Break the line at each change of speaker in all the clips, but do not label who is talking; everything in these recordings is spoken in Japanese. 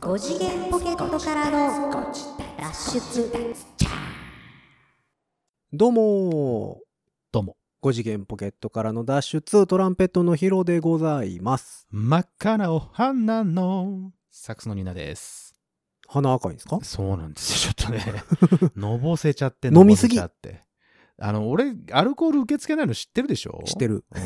5次元ポケットからの脱出
どうも
どうも。
ー5次元ポケットからの脱出トランペットのヒロでございます
真っ赤なお花のサックスのニーナです。
鼻赤いんですか
そうなんですよ。ちょっと ね、のぼせちゃって、
飲みすぎ
のぼせちゃって。あの、俺、アルコール受け付けないの知ってるでしょ
して
る。
る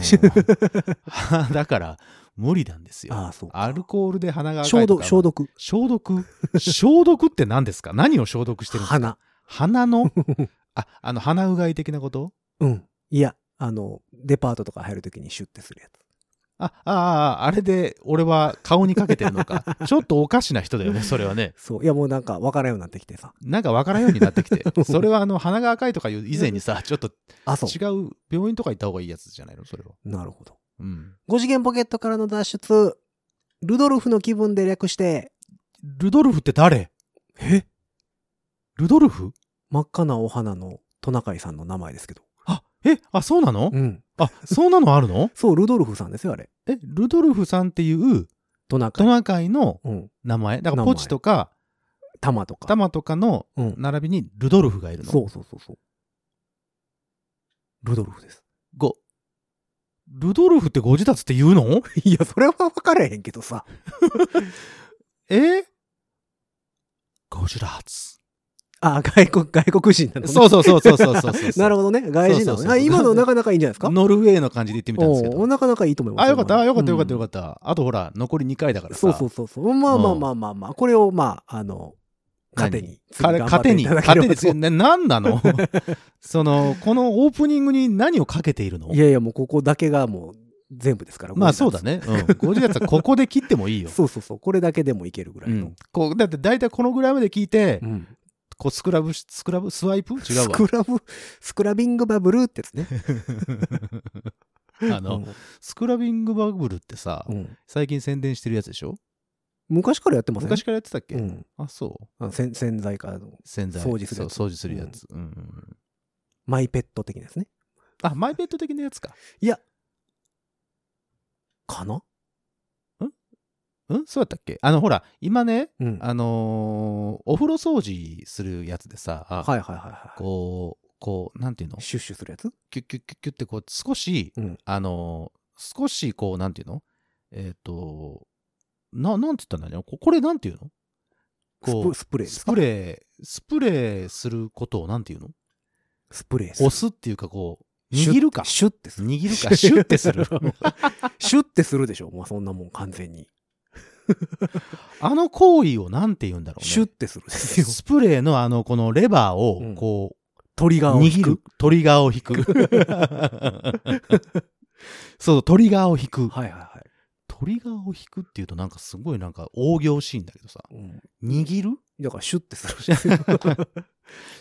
うん だから、無理なんです よ。
ああそう
アルコールで鼻が赤
消
いと
毒
か
消毒
消毒消毒って何ですか何を消毒してるんですか
鼻
鼻の あ、あの、鼻うがい的なこと
うんいやあのデパートとか入るときにシュッてするや
あ、ああ、あれで、俺は顔にかけてるの か。ちょっとおかしな人だよね、それはね。
つそういやもうなんか分からんようになってきてさ
なんか分からんようになってきて
うん、
それはあの鼻が赤いとかいう以前にさ、ちょっと
あそう
違う病院とか行った方がいいやつじゃないの、それは。
なるほど
うん。
5次元ポケットからの脱出ルドルフの気分で略して
ルドルフって誰
え
ルドルフ
真っ赤なお花のトナカイさんの名前ですけど
あ、え、あ、そうなの
うん
あ、そうなのあるの
そうルドルフさんですよあれ
え、ルドルフさんっていう
トナカ
ト
イ
ナカイの
うん
名前。だから
名前
ポチとか
タマとか
タマとかの
うん
並びにルドルフがいるの。
そうそうそうそう。ルドルフです。
ごルドルフってご自立って言うの
いや、それは分からへんけどさ。
えゴジラツ。
あ、外国、外国人なのね
そうそうそうそうそうそうそう
なるほどね。外人なの
そ
ね。
うそうそう
あ今のなかなかいいんじゃないですか
ノルウェーの感じで言ってみたんですけど
お。なかなかいいと思います。
あ、よかった、あよかった、よかった、よ
かっ
かった。あとほら、残り2回だからさ。
そうそうそうそう。まあ
うん
まあまあまあまあ、これをまあ、あの、糧に。
彼糧に、
勝手
糧にですよ。ね、何 なのその、このオープニングに何をかけているの
いやいや、もうここだけがもう全部ですから。
まあそ
こ
う
れ
だ
なん
ね。うん。ゴジラツはここで切ってもいい
で
よ
す。。そうそうそう。これだけでもいけるぐら
う
いの
ん。。こう、だって大体このぐらいまで聞いて、
うん
こう、スクラブし、スクラブ、スワイプ違
ス
う
クラブ、スクラビングバブルってやつね。
わ。あの、スクラビングバブルってさ
う、んうん
最近宣伝してるやつでしょ
昔からやってません
昔からやってたっ
う
け
ん。
あ、そう。
あの洗洗剤からの
洗剤。
掃除するやつ
そう掃除するやつ。うんうんうん。
マイペット的なやつね。
あ、マイベッド的なやつか。
かな
うんそうだったっけあの、ほら、今ね、
うん。はい
あのーお風呂掃除するやつでさ、あ
はいはいはい。
こう、こう、なんていうの
シュッシュするやつ
キュッキュッキュッキュッってこう、少し、
うん
あのー少しこう、なんていうのえっ、と、な、なんて言ったんだろうここれなんていうのこう
スプレーです
ス
か
プレー、スプレーすることをなんていうの
スプレーする
押すっていうかこう、握るか。
シ ュッシュッてする。。
握るか、シュッてする
シュッてするでしょ。まあそんなもん完全に。
あの行為をなんて言うんだろうね。
シュッてするですよ。
スプレーのあの、このレバー
うん
を、こう、
トリガーを引
握
く
る。。トリガーを引 く。そう、トリガーを引く。
はいはいはい。
トリガーを引くっていうとなんかすごいなんか大行しいんだけどさ。
うん
握る
だから シュッてするんですよ。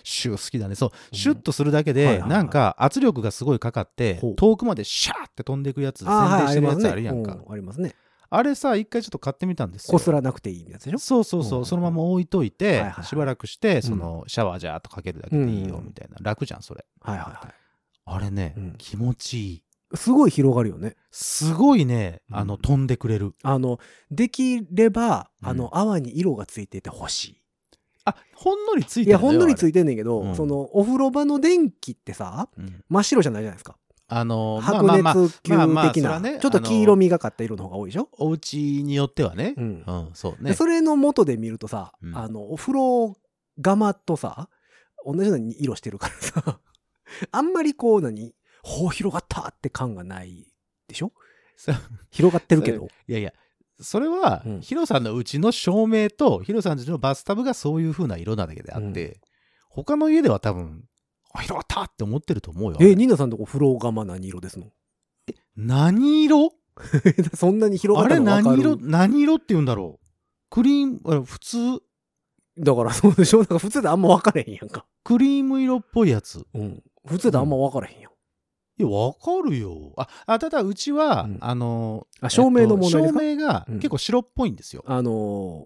シュ好きだね。そうう、
ん
シュッとするだけ
はいはい
で、
はい
なんか圧力がすごいかかって
ほう、
遠くまでシャーって飛んでいくやつ、宣
ー
伝してる
ま
や
す
つ
ね。
あるやんか。
うありますね。
あれさ、一回ちょっと買ってみたんですよ。
こすらなくていいやつでしょ
そうそう
う
そ
ん
う、そのまま置いと
は
い
い
て
はいはい、
しばらくして、その、シャワージャーっとかけるだけでいいよ、みたいな。楽じゃん、それ。
はいはいは
あれね
うん、
気持ちいい。
い。すごい広がるよね。
すごいね、あ
う
の、
ん
飛んでくれる。
あの、できれば、あ
うん
の、泡に色がついててほしい。
あ、ほんのりつい
い
てる
や、ほんのりつ
い
いてんねんけど、
うん
その、お風呂場の電気ってさ、真っ白じゃないじゃないですか。
あのー、まあ
白
まあまあ、
熱球
まあまあ
的
そら
な、
ね
ちょっと黄色みがかった色の方が多いでしょ、
お家によってはね。
うん
うん、そう
で
ね。
それの元で見るとさ、
うん
あの、お風呂釜とさ、同じような色してるからさ、 あんまりこう何、ほう広がったって感がないでしょ
そう
広がってるけど。
いやいや、それは
うん、
ヒロさんのうちの照明と、ヒロさんの家のバスタブがそういう風な色なだけであって、他の家では多分、あ、広がったって思ってると思うよ。
え、ニーナさんとこお風呂釜何色ですの
何色
そんなに広が
あ
った
れ
の分か
何
る
色何色って言うんだろうクリーム、あ普通、
だからそうでしょだから普通であんま分からへんやんか。
クリーム色っぽいやつ。
うん。普通であんま分からへんやん。
いや、わかるよ。あ、あただ、うちは、
うん
あの、
あ照明の問題ですか
えっと照明が
うん
結構白っぽいんですよ。
あのー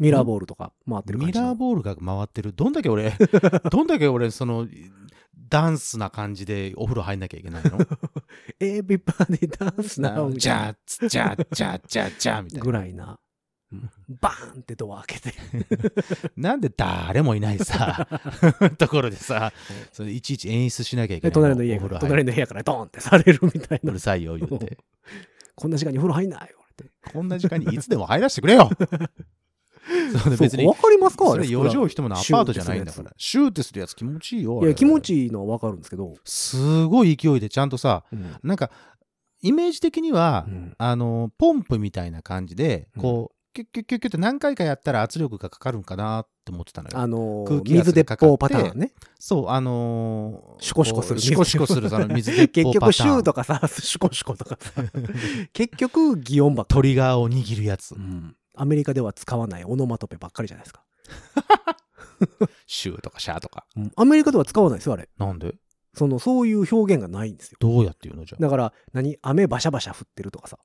ミラーボールとか回ってる感
ミ
じの
ラーボールが回ってる。どんだけ 俺、どんだけ俺、その、ダンスな感じでお風呂入んなきゃい けないの
エビバディダンスな
あの
み
ジ
たい
ャーッツ、ジャーッ、ジャーッ、ジャーッ、ジャーッみ
な
たい
ぐ
な。
らいな。バーンってドア開けて。
なんで誰もいない さ、ところでさ、それいちいち演出しなきゃいけな
で、
い。
隣の家
お風
から、
呂入
隣の部屋からドーンってされるみたい
るう
な
る。さいよ、言って。
こんな時間に風呂入んないよって。
こんな時間にいつでも入らせてく れよそうね、別
そう
に
わ。かりますか
そ
あ
れ
れ
4畳一間のアパートじゃないんだから。シューってするやつ気持ちいいよ。あ
い
れ
や、気持ちいいのはわかるんですけど。
すごい勢いでちゃんとさ、
うん
なんか、イメージ的には、
うん
あの、ポンプみたいな感じで、
うん
こう、キュッキュッキュッキュッって何回かやったら圧力がかかるんかなって思ってたのよ。
あのー
空気圧
水鉄
がかかって
砲パターンね。
そう、あのー
シュコシュコする
こうシュコシュコする、そ の水鉄
結
砲パターン。
局、シューとかさ、シュコシュコとか さ、結局、擬音ばっか
トリガーを握るやつ
り、。アメリカでは使わないオノマトペばっかりじゃないですか。
シューとかシャーとか。
アメリカでは使わないですよ、あれ。
なんで
その、そういう表現がないんですよ。
どうやって言うのじゃ
だから、何雨バシャバシャ降ってるとかさ、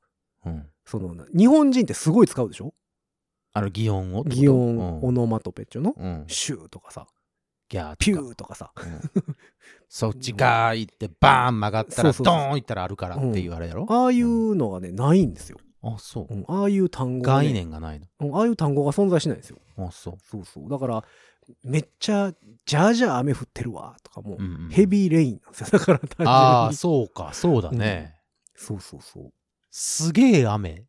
あ。うん。
その、日本人ってすごい使うでしょ
あの、擬音をってこと
擬
う
音、
ん
オノマトペっていうの
うん。
シューとかさ、
ギャーとか
ピューとかさ、
うんそっち側行ってバーン曲がったら
そ
ド
うそうそう
ーン行ったらあるからっていうあれやろ、
ああいうのがね、ないんですよ。
あそう
う、んああいう単語がね
概念がないの
うんああいう単語が存在しないんですよ。
あそ
そうそう。だから、めっちゃ、じゃあじゃあ雨降ってるわ、とかも
う、う、んうん、
ヘビーレインなんですよ。 だから単純に。
ああそうかそうだね、
そうそうそ
すげえ雨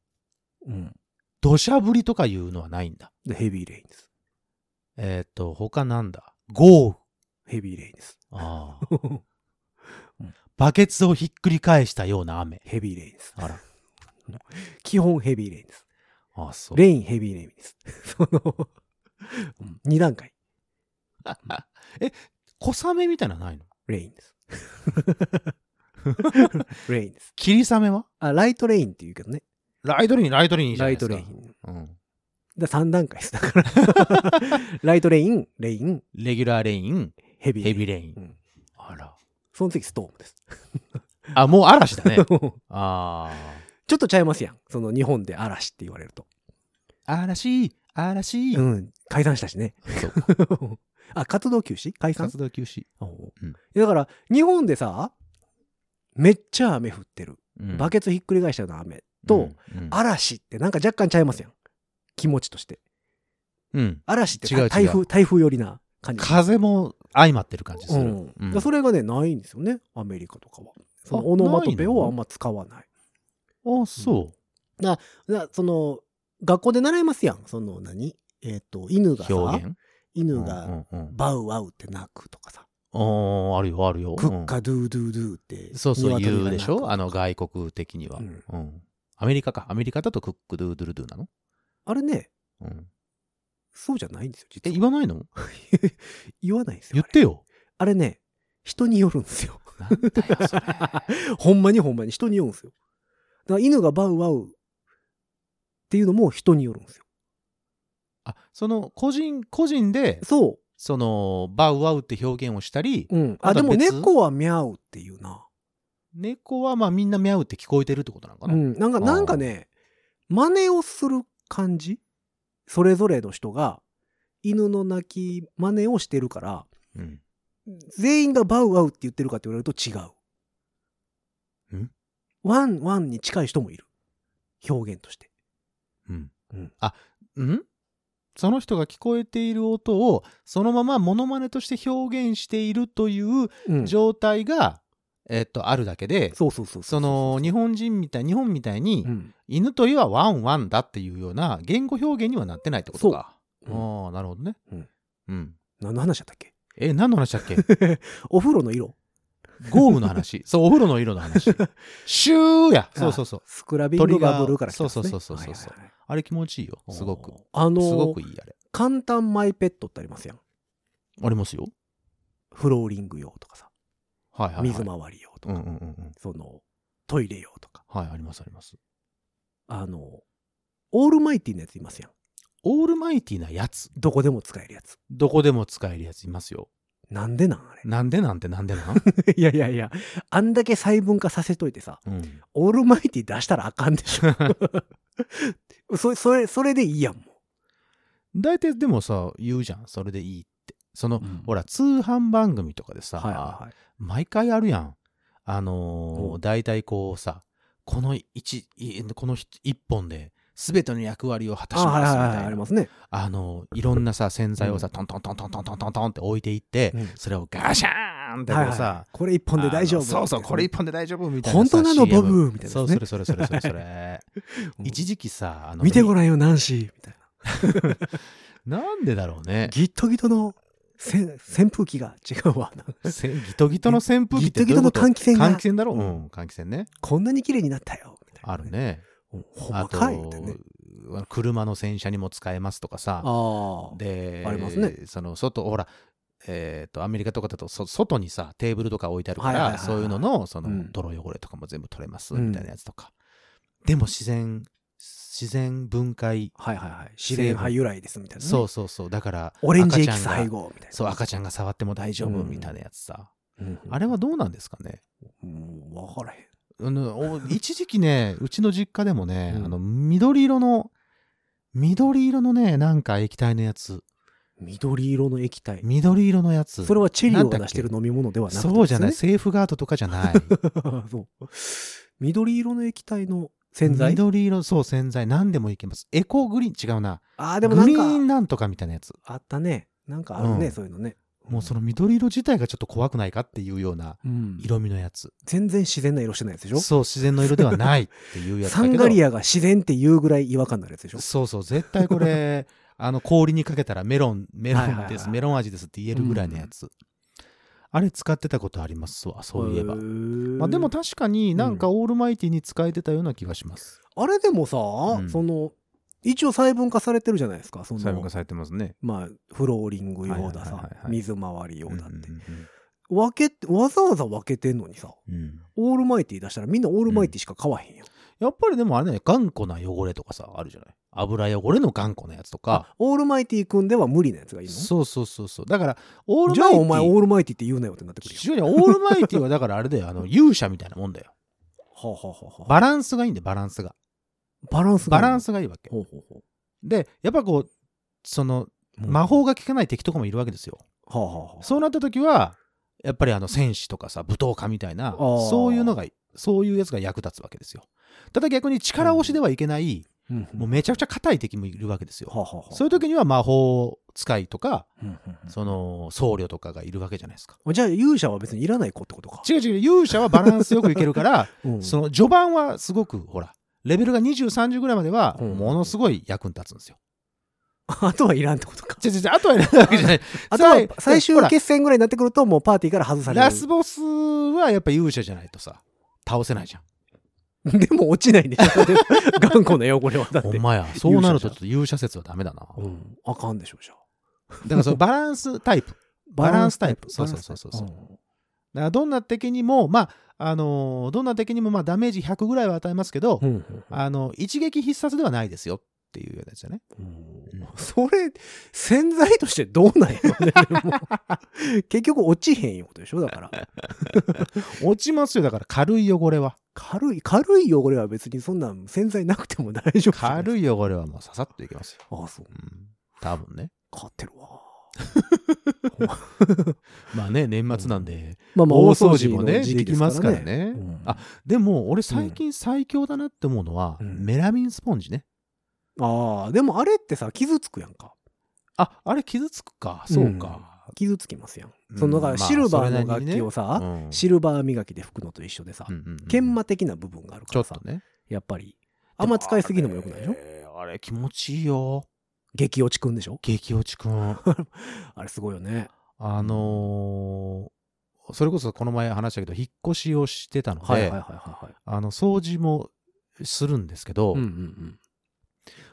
う。うん。
土砂降りとかいうのはないんだ
で、ヘビーレインです。
えっ、と他なんだ豪雨
ヘビーレインです。
ああバケツをひっくり返したような雨
ヘビーレインです。
あら
基本ヘビーレインです。
ああそう
レイン、ヘビーレインです。 その、うん二段階、
小雨みたいなのないの
レインです。 レインです。
霧雨は
あ、ライトレインって言うけどね。
ライトレインライトレインじゃ
ラ
ない
イ
で
ト
すか
レイン。
イン、うん、
だ3段階です。だから。 ライトレイン、レイン、
レギュラーレイン
ヘビーレイ
ヘ
ン。
ビーレイン、
うん
あら
その次、ストームです。
あもう嵐だね
ち
あ
ょっとちゃいますやん。その日本で嵐って言われると。
あ。嵐、嵐。
うん。解散したしね。
そう。
あ、活動休止解散
活動休止。
おう
うん
だから、日本でさ、めっちゃ雨降ってる。
うん
バケツひっくり返したような雨と、、
うんうん
嵐ってなんか若干ちゃいますやん。気持ちとして。
うん。
嵐って
違う違う
台風、台風寄りな感じ。
風も相まってる感じす
う
る。
ん
うん
だからそれがね、ないんですよね。アメリカとかは。そ
あ
のオノマトペ
ない
を
の
あんま使わない。
あ、そ
だその、学校で習いますやん。その何、えっ、と、犬が
う。
さ、
表現。
犬
う
が
んうんうん
バウワウって鳴くとかさ、
おーあるよ、あるよ。
クッカドゥドゥドゥって
うん。そうそう、
鶏が
言う
鳴
で
く
し
と
ょ
か
あの、外国的には。
う
うんん。アメリカか。アメリカだとクックドゥードゥルドゥなの
あれね、
うん。
そうじゃないんですよ、
え、
実
言
は。
わないの
言わないんです
言
よ。
っ
あれ
てよ。
あれね、人によるんですよ。
なんだよ、それ。
ほんまにほんまに人によるんですよ。だから犬がバウワウっていうのも人によるんですよ。
あ、その、個人、個人で、
そ
その、バウワウって表現をしたり、
う。うん。あ、
あ
で
と
も
別
猫はミャウっていうな。
猫はまあみんなミャウって聞こえてるってことなのか
う
な。
ん。なんか、
あー
なんかね、真似をする感じそれぞれの人が犬の鳴き真似をしてるから、
うん
全員がバウアウって言ってるかって言われると違う。
ん
ワンワンに近い人もいる。表現として。
うん
うん
あ、うんその人が聞こえている音をそのままモノマネとして表現しているという
うんそう
状態が、えっと、あるだけで、
そうそうそう。
その日本人みたい、日本みたいに、
うん、
犬といえばワンワンだっていうような言語表現にはなってないってことか。
そううん
ああ、なるほどね。
うん。
うん。
何の話だったっけ
え、何の話だっけ
お風呂の色。
豪雨 の話。そう、お風呂の色の話。シューや。そうそうそう
あ。スクラビングがブルーから来たんですね、
そうそうそうそうそう
はいはい
あれ気持ちいいよ。
はい
すごく。。
あの
すごく
ー、
いいあれ。
簡単マイペットってありますやん。
ありますよ。
フローリング用とかさ、
はいはい、はい。
水回り用と
うん
か、
うんうんうん。
その、トイレ用とか。
はい、ありますあります。
あの、オールマイティーなやついますやん。
オールマイティなやつ。
どこでも使えるやつ。
どこでも使えるやついますよ。
なんでなんあれ。
なんでなんてなんでなん、
いやいやいや、あんだけ細分化させといてさ、
うん、
オールマイティ出したらあかんでしょ。 そそれ、それでいいやん、も
大体でもさ、言うじゃん。それでいいって。その、
うん
ほら、通販番組とかで
う。
さ、
い。
毎回あるやん。あのー
うん
大体こうさ、この一、いこの一一本で、全ての役割を果た
あ
し
はい
ますみ
はい
た
はいいあ
な
りますね
あのいろんなさ洗剤をさ、トントントントントントントントンって置いていって、
うん
それをガシャーンってこ
はいう
さ、
はいこれ一本で大丈夫
あのそうそうこれ一本で大丈夫みたいな
本当なの
CM
ボブみたいなやつね
そうそれそれそれそれ それ
うん
一時期さあの
見てごらんよナンシーみたい
なんでだろう
な
ね
ギットギトのせん扇風機が違うわ
せギトギトの扇風機って
ギト
どうい
ギ
う
トの
こと
換気扇が
換気扇だろう、うん、換気扇ね
こんなに綺麗になったよみたいな
あるね
うんほん
あ
ま
と
かいみたいなね
車の洗車にも使えますとかさ
あー
で
ありますね
その外ほらえー、とアメリカとかだとそ外にさテーブルとか置いてあるから、
はいはいはいはい
そういうののその、
うん
泥汚れとかも全部取れます
うん
みたいなやつとか、でも自然自然分解
はいはいはい自然派由来ですみたいなね
そうそうそう。だから、
オレンジエキ
赤
ス
ちゃんが
配合みたいな
そう、赤ちゃんが触っても大丈夫
うん
みたいなやつさ。
うん
あれはどうなんですかね
うん分からへん
あのお 一時期ね、うちの実家でもね、
うん
あの、緑色の、緑色のね、なんか液体のやつ。
緑色の液体
緑色のやつ。
それはチェリー
な
を
んだっけ
出してる飲み物ではなくて
そうじゃない。
ですね
セーフガードとかじゃない。
そう緑色の液体の 洗剤
緑色、そう、洗剤。何でもいけます。エコグリーン、違うな。
ああで
グ
もな
リ
ん
ーン
か
なんとかみたいなやつ。
あったねなんかあるね、
うん
そういうのね
もうその緑色自体がちょっと怖くないかっていうような
うん
色味のやつ。
全然自然な色してないやつでしょ
そう、自然の色ではないっていうやつだ
サ
けど。
ンガリアが自然って言うぐらい違和感のあるやつでしょ
そうそう、絶対こ れ、あの、氷にかけたらメロン、メロ
はいはい
ン
はい
です、メロン味ですって言えるぐらいのやつ。あれ使ってたことありますわ、そういえば。ま
ま
あでも確かになんかオールマイティに使えてたような気がします。
あれでもさ、
ん
その一応細分化されてるじゃないですかその
されてますね。
まあフローリング用だ
はいはい
さ
はいはい
水回り用だって
うん
分けてわざわざ分けてんのにさ
うんうんうん
オールマイティ出したらみんなオールマイティしか買わへんやん、
やっぱりでもあれね、頑固な汚れとかさ、あるじゃない。油汚れの頑固なやつとか。
オールマイティ君では無理なやつがいいの
そうそうそうそう。だから、オールマイ
じ
テ
ゃあ
ィ
お前オールマイティって言うなよってなってくるやん
違う違うオールマイティはだからあれだよ、あの、勇者みたいなもんだよ。
はあはあはあはあ
バランスがいいんだよ、バランスが。
バランスが
バラン
ス
スがいいわけ。
ほうほうほ
で、やっぱこう、その、
う
魔法が効かない敵とかもいるわけですよ。
はあはあはあ
そうなった時は、やっぱりあの戦士とかさ、武闘家みたいな、
ー
そういうのが、そういうやつが役立つわけですよ。ただ逆に力押しではいけない、
うんうん
もうめちゃくちゃ硬い敵もいるわけですよ。
はあはあはあ
そういう時には魔法使いとか、
うんうんうん
その僧侶とかがいるわけじゃないですか。
じゃあ勇者は別にいらない子ってことか。
違う違う、勇者はバランスよくいけるから、
うん
その序盤はすごく、ほら、レベルが20、30ぐらいまでは、
うん
ものすごい役に立つんですよ。
あとはいらんってことか。
違う違う違う、あとはやらないわけじゃない。
あとは
最
最終
ほら
決戦ぐらいになってくるともうパーティーから外される。
ラスボスはやっぱ勇者じゃないとさ、倒せないじゃん。
でも落ちないんでし ょ。でも頑固な汚れはだっ
ほ
て
ん。まや。そうなるとちょっと勇者説はダメだな。
う
だ
ん、あかんでしょうじゃあ。
からそのバランスタイプ。だかバランスタイプ
バランス
そうそうそう
タイプ
そうらどんな敵にも、まあ、あのーどんな敵にもまあダメージ100ぐらいは与えますけど、
うんうんうん
あの、一撃必殺ではないですよっていうやつだね。
うんそれ潜在としてどうなんやろうねで も結局落ちへんいうことでしょだから
落ちますよ。だから軽い汚れは。
軽い軽い汚れは別にそんなん潜在なくても大丈夫い
軽い汚れはもうささっといきますよ。
あそう
うん。多分ね。
勝ってるわ
まあね、年末なんで、
まあまあ
大
大
掃
掃
除
除
も
も
ね
ね、
できますからね
うん
あでも俺最近最強だなって思うのは、
うん
メラミンスポンジね。
ああ、でもあれってさ、傷つくやんか。
あ、あれ傷つくか。そうか。
傷つきますやん。
うん
そのだから
まあ
シルバーの
それなり
楽
にね
器をさ、
うん
シルバー磨きで拭くのと一緒でさ、
うんうんうん
研磨的な部分がある
ち
か
ょ
ら
っ
さ、
とね。
やっぱり、あんま使いすぎるのもよくないでしょ
でもあれあれ気持ちいいよ。
激落ちくんでしょ
激落 ちくん。
あれすごいよね。
あのーそれこそこの前話したけど、引っ越しをしてたので、
はいはいはいはいはい。
あの、掃除もするんですけど、
うんうん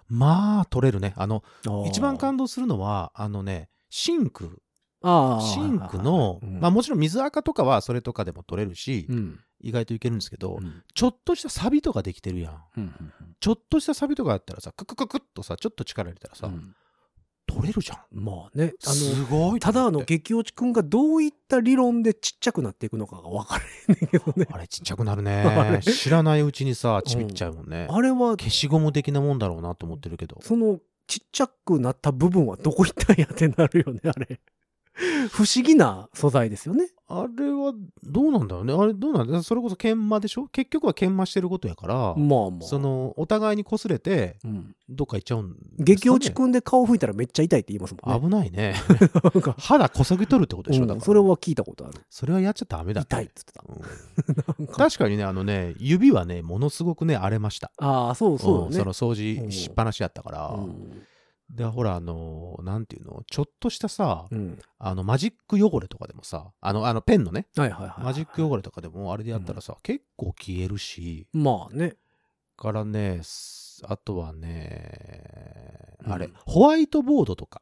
まあ、取れるね。あの、
うんあー
一番感動するのは、あのね、シンク、
あー
シンクの、
うん
まあもちろん水垢とかはそれとかでも取れるし、
うん
意外といけるんですけど、
うんうん
ちょっとしたサビとかできてるやん。
うん
ちょっとしたサビとかあったらさ、ククククッとさ、ちょっと力入れたらさ、
うん
取れるじゃん。
まあね、あの、
すごいと思って。
ただあの激落ちくんがどういった理論でちっちゃくなっていくのかが分からへんねんけど ね。
あれちっちゃくなる
あ
ね
れ。
知らないうちにさ、ちびっちゃうもんね。
あれは
消しゴム的なもんだろうなと思ってるけど。
そのちっちゃくなった部分はどこ行ったんやってなるよね、あれ。 不思議な素材ですよね。
あれはどうなんだろうね。あれどうなんだそれこそ研磨でしょ結局は研磨してることやから、
まあまあ。
その、お互いに擦れて、
うん、
どっか行っちゃうんですかね、
激落ちくんで顔拭いたらめっちゃ痛いって言いますもんね。
危ないね。
なんか
肌こそぎ取るってことでしょ、
うん
だから。
それは聞いたことある。
それはやっちゃダメだね、
痛いっつってた。
うん確かにね、あのね、指はね、ものすごくね、荒れました。
ああ、そうそうよ
ん
ね。
その掃除しっぱなしやったから。
うん
で、ほら、あのー、なんていうの、ちょっとしたさ、
うん
あの、マジック汚れとかでもさ、あの、あのペンのね、
はいはいはい。
マジック汚れとかでも、あれでやったらさ、結構消えるし、
まあね。
からね、すあとはね、
うん
あれ、ホワイトボードとか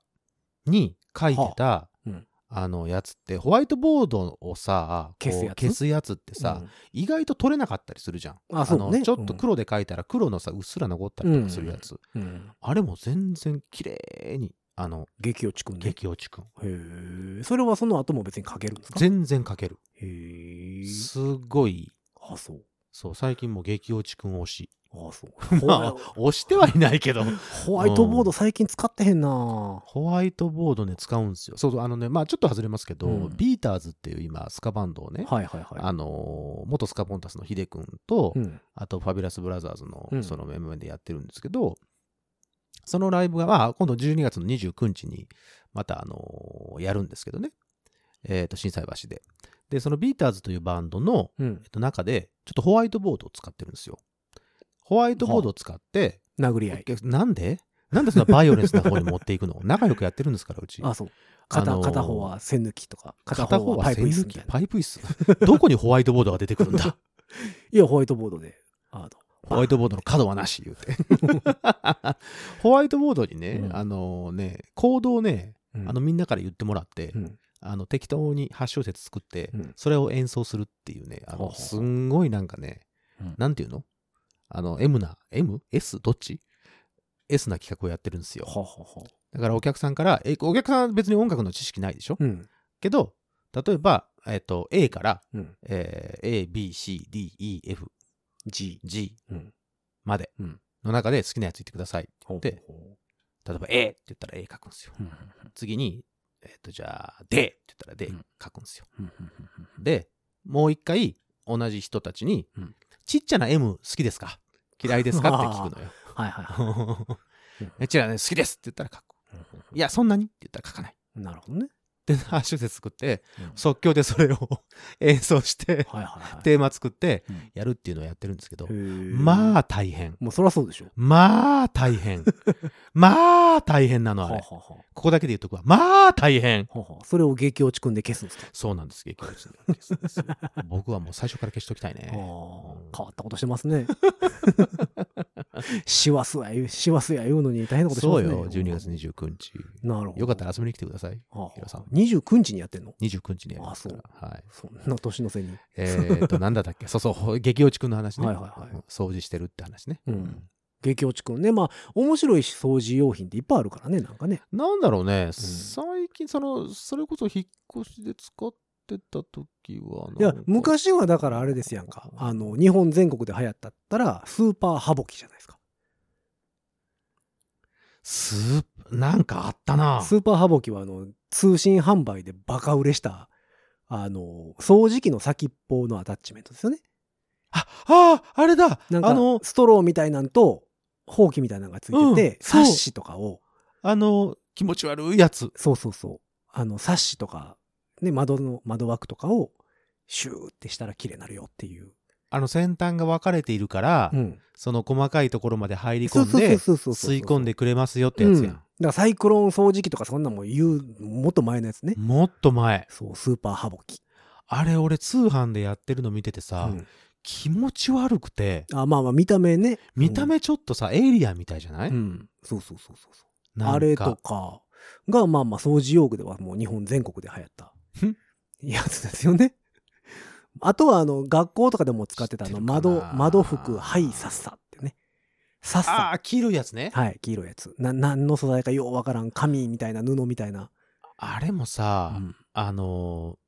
に書いてた、
うん
あのやつってホワイトボードをさこう
消すやつ
消すやつってさ、意外と取れなかったりするじゃん
あそうね
のちょっと黒で書いたら黒のさうっすら残ったりとかするやつ、
うん、うん
あれも全然綺麗にあの
激落ちくんで。
激落ちくん
へえ。それはその後も別にかけるんですか
全然書ける
へえ。
すごい
あ、そう。
そう最近も激落ちくん推し
あ、そう。
まあ推してはいないけど
ホワイトボード最近使ってへんな
ホワイトボードね使うんですよそうそうあのねまあちょっと外れますけど、
うん
ビーターズっていう今スカバンドをね、
はいはいはい。
あのー元スカポンタスのヒデ君と、
うん。
あと、ファビュラス・ブラザーズ
う
の
ん
そのメンバーでやってるんですけど、そのライブが、まあ、今度12月の29日に、また、あのーやるんですけどね。えっ、と、心斎橋で。で、そのビーターズというバンドの、
うん
えっ。と、中で、ちょっとホワイトボードを使ってるんですよ。ホワイトボードを使って、
殴り合い。
お客なんでなんでそんなバイオレンスな方に持っていくの 仲良くやってるんですから、うち。
あ、そう。片,、
あのー
片方は線抜きとか、片方はパイプ椅子みたいな。
パイプ椅子。どこにホワイトボードが出てくるんだ
いや、ホワイトボードで。あの
ホワイトボードの角はなし言 うて。ホワイトボードにね、
うん
あのね、行動をね、
うん
あのみんなから言ってもらって、
うん
あの適当に8小節作って、
うん
それを演奏するっていうね、あ
ほう
の
ほう
すんごいなんかね、
うん
なんていうのあの、M な、M?S? どっち ?S な企画をやってるんですよ。
ははは。
だからお客さんから、えお客さんは別に音楽の知識ないでしょ、
うん。
けど、例えば、えっ、と、A から、
うん。
えー A, B, C, D, E, F,
G。
G
うん
まで
うん
の中で好きなやつ言ってください。
ほう
で
ほうほ
例えば A って言ったら A 書くんですよ。
ううん
次に、えっ、と、じゃあ D って言ったら D
うん
書くんですよ。
うんうん
で、もう一回同じ人たちに、
うん
ちっちゃな M 好きですか嫌いですかって聞くの
はいはいは
よ。
うん
えちっちゃな M 好きですって言ったら書く。
い
いや、そんなにって言ったら書かない。
うん。なるほどね。
で、8小節作って、
うん
即興でそれを演奏して、
はいはいはい。
テーマ作って
うん、
やるっていうのをやってるんですけど、
ま
ま
あ、
あ大変。
もうそりゃそうでしょ。
まあ大変。まあ大変なのあ
は
れ。
はは
ここだけで言っとくわ。まあ大変。
ははそれを激落ちくんで消すんですか
そうなんです、激落ちなんですです 僕はもう最初から消しときたい
ああ
ね。
変わったことしてますね。 しわすや言う、しわすや言うのに大変なことして
そ
ま
う
すね。
よ、12月29日。
なるほど。
よかったら遊びに来てください。
はあ
ヒロさん
29日にやってんの
29日にやりますから。はい。
そんな年の瀬に。
えー、と、なん だったっけそうそう、激落ちくんの話ね。
はいはいはい
うん掃除してるって話ね。
うん。激落ちくんね。まあ、面白い掃除用品っていっぱいあるからね、なんかね。
なんだろうね、最近、その、それこそ引っ越しで使ってた時はなん
い
か
や、昔はだからあれですやんか。あの、日本全国で流行ったったら、スーパーハボキじゃないですか。
スープ、なんかあったな。
スーパーハボキは、あの、通信販売でバカ売れした、あの、掃除機の先っぽのアタッチメントですよね。
あ、ああ、あれだ
なんか
あの、
ストローみたいなんと、ほうきみたいなのがついて
うん
て、サッシとかを、
あの、気持ち悪いやつ。
そうそうそう。あの、サッシとか、ね、窓の、窓枠とかを、シューってしたら綺麗になるよっていう。
あの、先端が分かれているから、
ん。
その細かいところまで入り
そ
込
うんそう
で、
そうそうそう。
吸い込んでくれますよって
う
や
ん
つ
だ
や
か
ん。
らサイクロン掃除機とかそんなんも言う、もっと前のやつね。
もっと前。
そう、スーパーハボキ。
あれ、俺、通販でやってるの見ててさ、
うん
気持ち悪くて、
あまあまあ、見た目ね。
見た目ちょっとさ、エイリアンみたいじゃない、
うん、うんそうそうそうそうそう。
なんか
あれとかが、まあまあ、掃除用具ではもう日本全国で流行った
ん
やつですよね。あとは、あの、学校とかでも使ってたあ
知っ
の、
てるかな
窓、窓服、はい、さっさってね。さっ
あ
さ。
あ、黄色いやつね。
はい、黄色いやつ。な、何の素材かようわからん。紙みたいな、布みたいな。
あれもさ、
うん
あの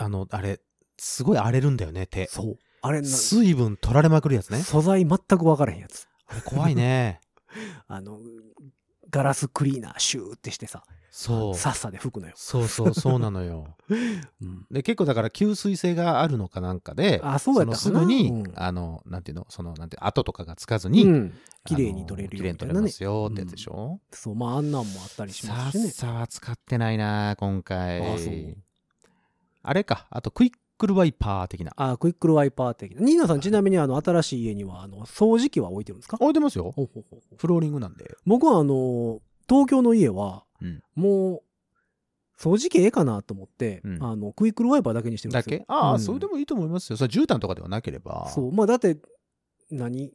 ーあの、あれ、すごい荒れるんだよね、手。
そう。あれな、
水分取られまくるやつね。
素材全くわからへんやつ。
あれ怖いね。
あの、ガラスクリーナーシューってしてさ
そう
さっさで吹くのよ、
そうそうそうなのよ
うん
で結構だから吸水性があるのかなんかで
あそうやったかな
そのすぐに、
うん
あのなんていうのそのなんて跡とかがつかずに、
うん、綺麗に取れる
よ、綺
よみ
麗に
たい
取
な
れま
ね
すよってやつでしょ、
そうまああんなんもあったりしま
さ
すし
っ
ね
さは使ってないな今回
あそう
あれかあとクイックルワイパー的な
あクイックルワイパー的なニーナさんちなみにあの新しい家にはあの掃除機は置いてるんですか
置いてますよ
ほうほうほうほう
フローリングなんで
僕はあの東京の家は、
うん
もう掃除機ええかなと思って、
うん
あのクイックルワイパーだけにしてるんで
だ
すよ
けああ、
うん
それでもいいと思いますよそれ絨毯とかではなければ
そうまあだって何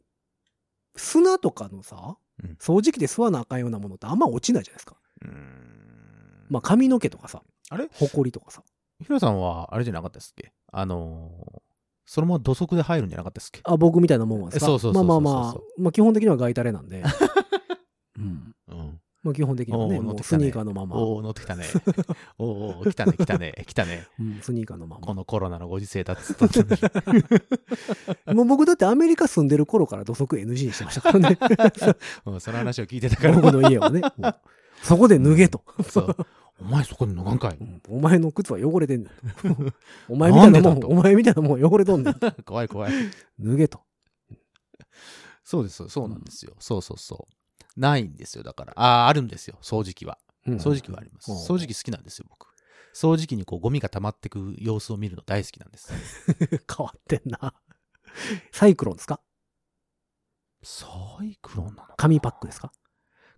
砂とかのさ、
うん
掃除機で吸わなあかんようなものってあんま落ちないじゃないですか
うーん
まあ髪の毛とかさ
あれ
ほこりとかさ
ヒロさんはあれじゃなかったですっけあのーそのまま土足で入るんじゃなかったですっけ
あ僕みたいなもんはですか
えそうそうそうそう
ま
そ
あ
う
まあまあまあ基本的にはガイタレなん で、うん、
うん
まあ基本的にはね
おー乗
も
っ
う
てき
ス
たね
ニーカーのまま、
おお乗ってきたね おーおー来たね来たね 来たね
うんスニーカーのま
こ
ま
のコロナのご時世だっつったのに
もう僕だってアメリカ住んでる頃から土足 NG にしてましたから ね
うん その話を聞いてたから
僕の家はねもうそこで脱げと、
そう。お前そこに脱がんかい。
うんお前の靴は汚れてんねん お前みたいなも
なんでだ
ん
と
お前みたいなもん汚れとんねん
怖い怖い。
脱げと
そうです、そうなんですよ。そうそうそう。ないんですよ、だから。ああ、あるんですよ、掃除機は。
うん
掃除機はあります。
うん
掃除機好きなんですよ、僕。掃除機にこうゴミが溜まってく様子を見るの大好きなんです。
変わってんな。 サイクロンですか
サイクロンなの
紙パックですか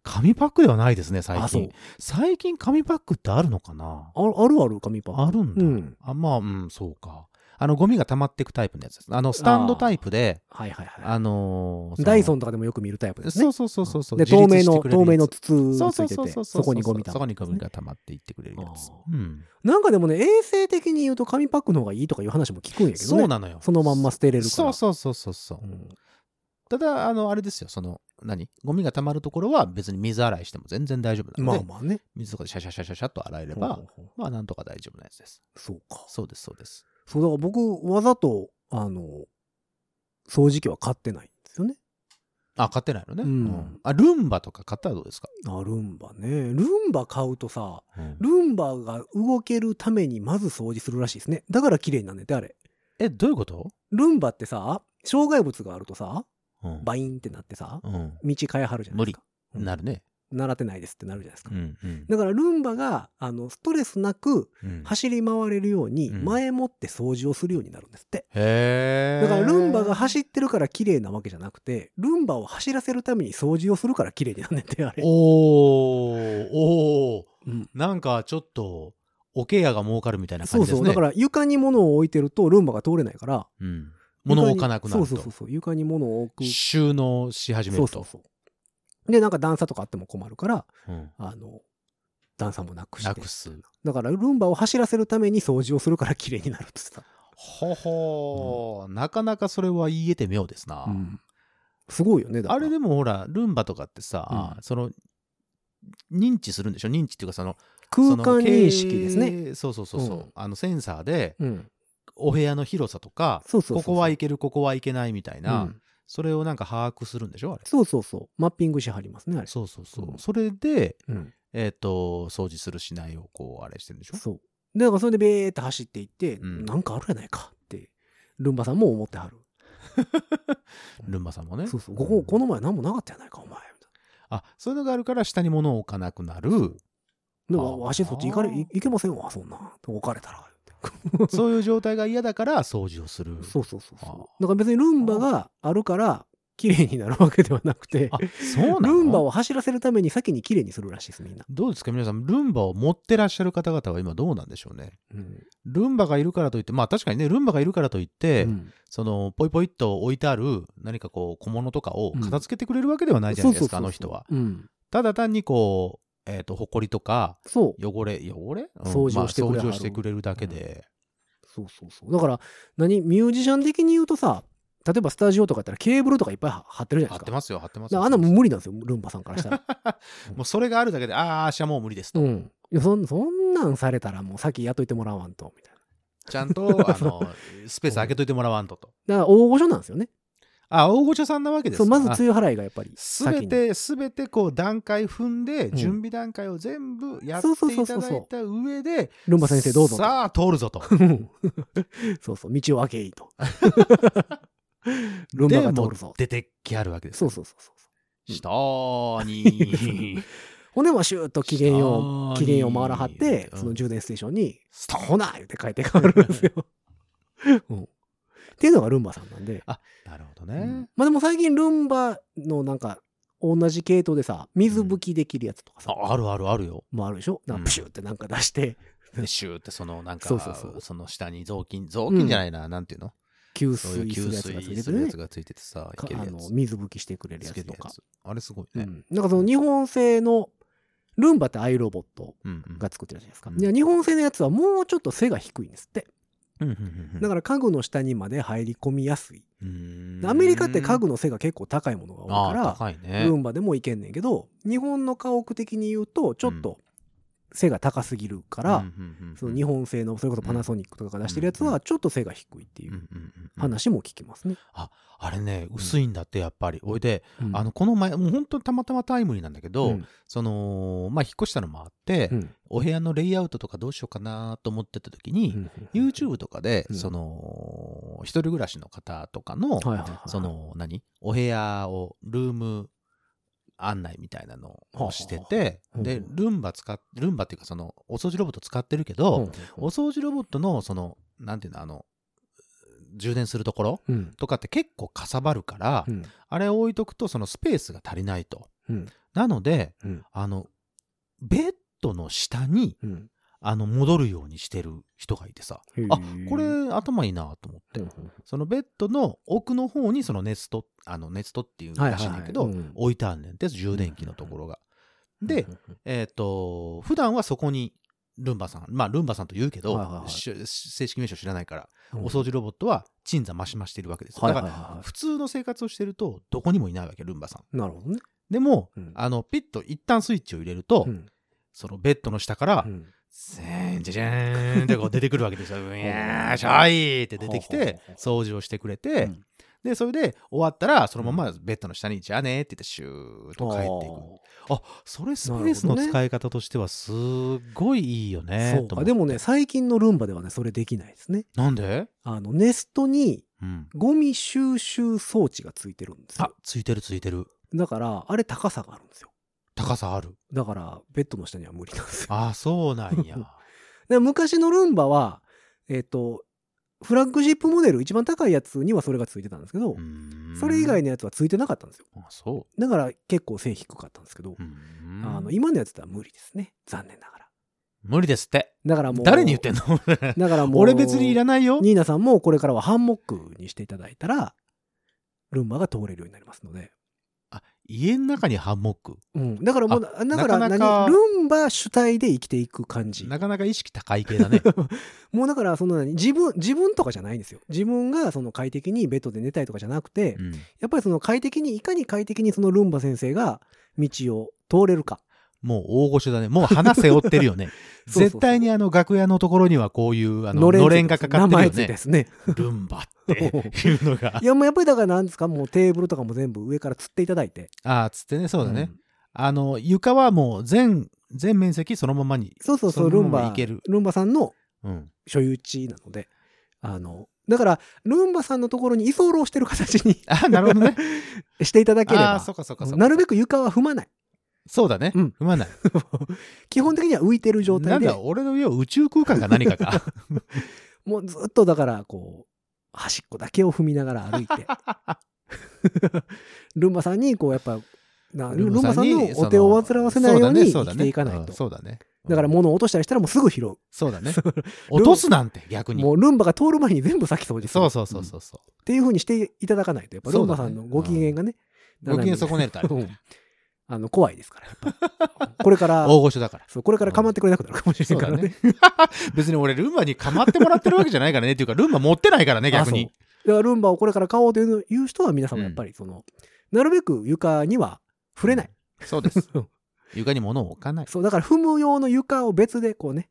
紙パックではないですね、最
あ、そう
近。。最近紙パックってあるのかな
ああるある紙パック。
あるんだ。
うん
あまあ、うん、そうか。あの、ゴミが溜まってくタイプのやつです。あの、スタンドタイプで、
はいはいはい。
あのー
ダイソ
ン
ンとかでもよく見るタイプです
そ
ね。
うそうそうそうそう。
で、
自
透
立
明
して
の、
くれるや
透
つ
明の筒
そう
がつ
そう
いて
そう
て、
そう
そこにゴミた
そこにゴミ
た
が溜まっていってくれるやつ
あ。
うん、
なんかでもね、衛生的に言うと紙パックの方がいいとかいう話も聞くんやけどね。
そうなのよ。
そのまんま捨てれるか
そう
ら。
そうそうそうそう。
うん
ただ、あの、あれですよ、その、何ゴミが溜まるところは別に水洗いしても全然大丈夫なの
ま
で、
あまあね。
水とかでシャシャシャシャシャっと洗えれ
ほう
ば
ほう、ほう
まあなんとか大丈夫なやつです。
そうか。
そうです、そうです。
そう、だから僕、わざと、あの、掃除機は買ってないんですよね。
あ、買ってないのね。
うん
うんあ、ルンバとか買ったらどうですか、
あ、ルンバね。ルンバ買うとさ、ルンバが動けるためにまず掃除するらしいですね。だから綺麗になんねんてあれ。
え、どういうこと、
ルンバってさ、障害物があるとさ、
うん
バインってなってさ、
うん
道変えはるじゃないですか。うん
なるね。
習ってないですってなるじゃないですか。
ん。うん
だからルンバが、あの、ストレスなく
うん
走り回れるように、
うん
前もって掃除をするようになるんですって。
へ
だ
ー
からルンバが走ってるから綺麗なわけじゃなくて、ルンバを走らせるために掃除をするから綺麗になんねんて、あれ。
おーおー
うん
なんかちょっとおケアが儲かるみたいな
そ
感
う
じ
そ
です
う。だ
ね
から床に物を置いてるとルンバが通れないから、
うん、物を置かなくなると
そうそうそうそう。床に物を置く
収納し始め
そ
る
う
と
そうそう。で、なんか段差とかあっても困るから、
うん
あの、段差もなくして。
なくす
だから、ルンバを走らせるために掃除をするから綺麗になるってさ。
ほほー、なかなかそれは言えて妙ですな、
うんすごいよね、だか
あ
ら
れでもほらルンバとかってさ、
う
その認知するんでしょ認知っていうかその
空間認識です
その
ね。
経営そうそうそうそう、
うん
あのセンサーで
うん。
お部屋の広さとか
そうそうそうそう。
ここはいけるここはいけないみたい
う
な、
ん
それをなんか把握するんでしょあれ
そうそうそう。マッピングしはりますね、あれ。
そうそうそう。
うん
それで、
うん。
えっ、と、掃除するしないをこう、あれしてるんでしょ
そう。でだから、それでベーって走っていって、
うん
なんかあるやないかって、ルンバさんも思ってはる。
ルンバさんもね。
そうそう。ここ、この前何もなかったやないか、お前。みたい
あ、そういうのがあるから下に物を置かなくなる。
なで
あー
わわしそっち行かれ、い行けませんわ、そんな。置かれたら。
そういう状態が嫌だから掃除をする。
そうそうそう
あ
そう。だから別にルンバがあるから綺麗になるわけではなくて
あ、、そうなの
ルンバを走らせるために先に綺麗にするらしいです、みんな。
どうですか皆さん、ルンバを持ってらっしゃる方々は今どうなんでしょうね。
うん
ルンバがいるからといって、まあ確かにね、ルンバがいるからといって、
うん
その、ポイポイっと置いてある何かこう、小物とかを片付けてくれるわけではないじゃないですか、あの人は。。
そうそうそううん。
ただ単にこう、えっ、と、埃とか、
そう。
汚れ、汚れ、うん
掃除をしてくれはる
まあ掃除をしてくれるだけで。
そうそうそう。だから、何ミュージシャン的に言うとさ、例えばスタジオとかやったらケーブルとかいっぱいは貼ってるじゃな
貼
い
っ
です
て
か。
ますよ、貼ってます
だ
よ。
からあんなもん無理なんですよ、ルンバさんからした ら。
もうそれがあるだけで、ああ、あしはもう無理ですと。
うん。いやそんそんなんされたらもう先雇っといてもらわんと、みたいな。
ちゃんと、あの、スペース開けといてもらわんとと。
だから大御所なんですよね。
あ、大御所さんなわけです
そうまず
あ
梅雨払いがやっぱり
すべ
先に
て、すべてこう段階踏んで、
うん
準備段階を全部やって
そうそうそ
いう
そ
た
う
だいた上で、
ルンバ先生どうぞと
さあ、通るぞと。
うん そうそう道を開けい とルンバが通る
でも
ぞ
う出てきはるわけです。
そうそうそうそう
下に、
骨はシューッと 機嫌を
下に
機嫌を回らはって
うん
その充電ステーションに
ス
「
ト
ほな!」言って帰って変わるんですよ、うん、っていうのがルンバさんなんで、
なるほど
う
ね
ん。まあでも最近ルンバのなんか同じ系統でさ水拭きできるやつとかさ、
ああるあるあ るよ。
もあるでしょなんかプシューってなんか出して
でシューってそのなんか、
そうそうそう
その下に雑巾、雑巾じゃないな、なんていうの
給
そういう
水す
給
るやつがつい
水
て
す
て
るや
ね
つがついててさ、い
か
ける
あ
や
の
つ。
水拭きしてくれるや
つけ
つ
る
と
や
か
つあれすごいうね。
ん、なんかその日本製のルンバってアイロボット
うんうん
が作ってるじゃないですか、
うん
いや日本製のやつはもうちょっと背が低いんですって
うんうんうんうん
だから家具の下にまで入り込みやすい、
うん
アメリカって家具の背が結構高いものが多い
ああ
か
高い
ら、
ね。
ルンバでもいけんねんけど日本の家屋的に言うとちょっと背が高すぎるから、
うんうんうん
その日本製のそれこそパナソニックとかが出してるやつ
う
はちょっと背が低いってい
うんう
うん
うんうん
話も聞きますね。
あれね薄いんだってやっぱりおいで
うん
あのこの前もう本当にたまたまタイムリーなんだけ
う
ど、
ん
そのまあ引っ越したのもあって、
うん
お部屋のレイアウトとかどうしようかなと思ってた時
う
に、
ん
YouTube とかで、
うん
その一人暮らしの方とか
は
の、
いはいはい
その何お部屋をルーム案内みたいなのをしてて、
はあはあ
で
うん
ルンバ使っルンバっていうかそのお掃除ロボット使ってるけど、お掃除ロボットのそのなんていうのあの充電するところ
うん
とかって結構かさばるから、
うん
あれ置いとくとそのスペースが足りないと。
うん
なので、
うん
あのベッドの下に
うん
あの戻るようにしてる人がいてさあこれ頭いいなと思って、
うん
そのベッドの奥の方にそのネストあのネストっていうらしいんだけど、
はいはいはいうん
置いてあんねんって充電器のところが。で、
うん
えっ、と、普段はそこにルンバさん、まあルンバさんと言うけど、
はいはいはい
し正式名称知らないから、
うん
お掃除ロボットは鎮座増し増してるわけですよ。
は
だ
いは
か
いはい
ら、普通の生活をしてると、どこにもいないわけ、ルンバさん。
なるほどね。
でも、
うん
あの、ピッと一旦スイッチを入れると、
うん
そのベッドの下から
う、ん
せーんじゃじゃーんってこう出てくるわけ ですよ。うやーしょいって出てき
ほうほう
て
ほう、
掃除をしてくれて、
うん
で、それで終わったら、そのままベッドの下に、じゃあねーって言って、シューッと帰っていく。あそれスペースの
なるほどね
使い方としてはすごいいいよね
そう
と
か
思って
でもね最近のルンバではねそれできないですね。
なんで、
あのネストに
うん、
ゴミ収集装置がついてるんです
あ
よ。
ついてるついてる
だからあれ高さがあるんですよ。
高さある
だからベッドの下には無理なんですよ。
あそうなんや
で昔のルンバはえっ、とフラッグシップモデル一番高いやつにはそれがついてたんですけど、
うーん
それ以外のやつはついてなかったんですよ。
あそ
だから結構背低かったんですけど
う、うーん
あの今のやつでは無理ですね残念ながら。
無理ですって
だからもう
誰に言ってんの
だからもう
俺別にいらないよ
ニーナさんもこれからはハンモックにしていただいたら、ルンバが通れるようになりますので。
あ家の中にハンモック
うん。だからもう、だから何
なかなか
ルンバ主体で生きていく感じ。
なかなか意識高い系だね
もうだから、その何自分、自分とかじゃないんですよ。自分がその快適にベッドで寝たいとかじゃなくて、
うん
やっぱりその快適に、いかに快適にそのルンバ先生が道を通れるか。
もう大御所だねもう花背負ってるよね
そうそうそう
絶対にあの楽屋のところにはこういうあの
のれん
のれんがかかってる
名前
よ
で
ね
すね。
ルンバ っていうのが
いや、もうやっぱりだからなんですか、もうテーブルとかも全部上から吊っていただいて。
ああ、つってね、そうだね。
ん
あの、床はもう全、全面積そのままに。
そうそうそう、
そ
ル
の
ン
まま
バ、
いける
ルンバさんの
うん。
所有地なので、あの、だから、ルンバさんのところに居候してる形に
あ なるほどね。
していただけれ
ああ、
ば
そ、っかそっかそっか。
なるべく床は踏まない。
そうだね。
うん
踏まない。
基本的には浮いてる状
な
態
ん
で
だ、、俺の家は宇宙空間か何かか。
もうずっとだから、こう、端っこだけを踏みながら歩い て、ルンバさんに、こう、やっぱ、な ルンバさんの
に
お手を煩わせないように生きていかないと。
そうだね。
だから
もうん、
物を落としたりしたらもうすぐ拾う。
そうだね。落とすなんて、逆に。
もうルンバが通る前に全部先掃除する。
そうそうそうんそうそ
っていうふうにしていただかないと、やっぱルンバさんのご機嫌がね、
う。ご機嫌損ねる タイ
う
プ。
んあの怖いですからやっぱこれ から
大御所だから。
そうこれから構ってくれなくなるかもしれ
そう
ないか
だ
らね
ね。 別に俺、ルンバに構ってもらってるわけじゃないからね。っていうか、ルンバ持ってないからね、逆に。
あそうだからルンバをこれから買おうというのいう人は皆様やっぱりその、なるべく床には触れない
そうです。床に物を置かない。
そうだから踏む用の床を別でこうね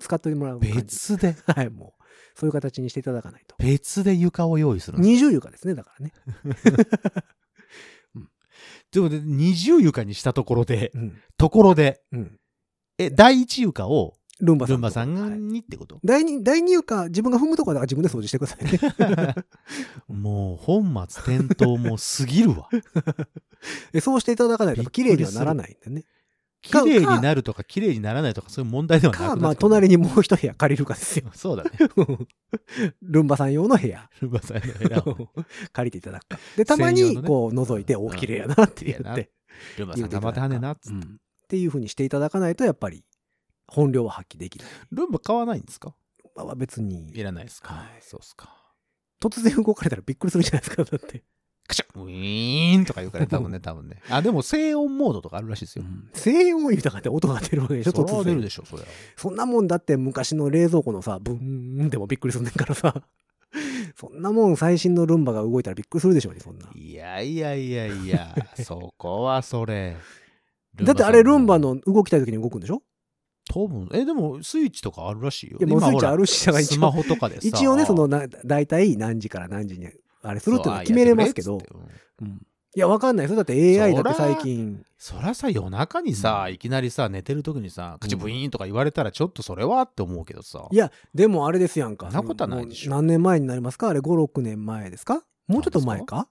使ってもらう感じ
別で。
はいもうそういう形にしていただかないと。
別で床を用意するんです
二重床ですね、だからね。
でもね二重床にしたところで、
うん。
ところで、
うん。
え、第一床を
ルンバさんと。
ルンバさんが
はい
にって こと、
第二、第二床、自分が踏むとこはだから自分で掃除してください ね。
もう本末転倒も過ぎるわ。
えそうしていただかないと
びっく
綺
り
麗にはならないんでね。
綺麗になる とか綺麗にならないとかそういう問題ではなくなって
か、
くる
まあ、隣にもう一部屋借りるか ですよ。
そうだね。
ルンバさん用の部屋。
ルンバさんの部 屋を
借りていただくか。で、たまに
専用のね
こう覗いて、お、綺麗やなって言
綺麗
っ
やな
て。
ルンバ
言うんて
さ
い
た
ただ
ま
くか
たはねなっつ
う
っ
ん
て、
っていうふうにしていただかないと、やっぱり本領は発揮できない。
ルンバ買わないんですか
まあ別
い
に、
らないですか、
はい
そうっすか。
突然動かれたらびっくりするじゃないですか、だって。
カシャッウィーンとか言う からね、多分ね、多分ね。あ、でも静音モードとかあるらしいですよ。
声音豊かって音が出るわけでしょ、
それ
突
は出る
然
で。しょ、それは。
そんなもんだって昔の冷蔵庫のさ、ブーンでもびっくりすんねんからさ。 そんなもん最新のルンバが動いたらびっくりするでしょうね、そんな。
いやいやいやい や、そこはそれ。
だってあれルンバ
の。
の動きたい時に動くんでしょ
多分、え、でもスイッチとかあるらしいよ。
いや、もうスイッチあ
る
るし、だから
ス
一
マ
応、
ホとかでさ。
一応ね、その、な大体何時から何時にあれするっていうのは決めれますけど。
そうあやってくれっつっ
う
て
んいや、わかんないですよ。だって AI だって最近。
そらさ、夜中にさ、いきなりさ、寝てる時にさ、口ブイーンとか言われたら、ちょっとそれはって思うけどさ。
いや、でもあれですやんか。
そんなことはないでしょ
もう何年前になりますかあれ、5、6年前ですかもうちょっと前か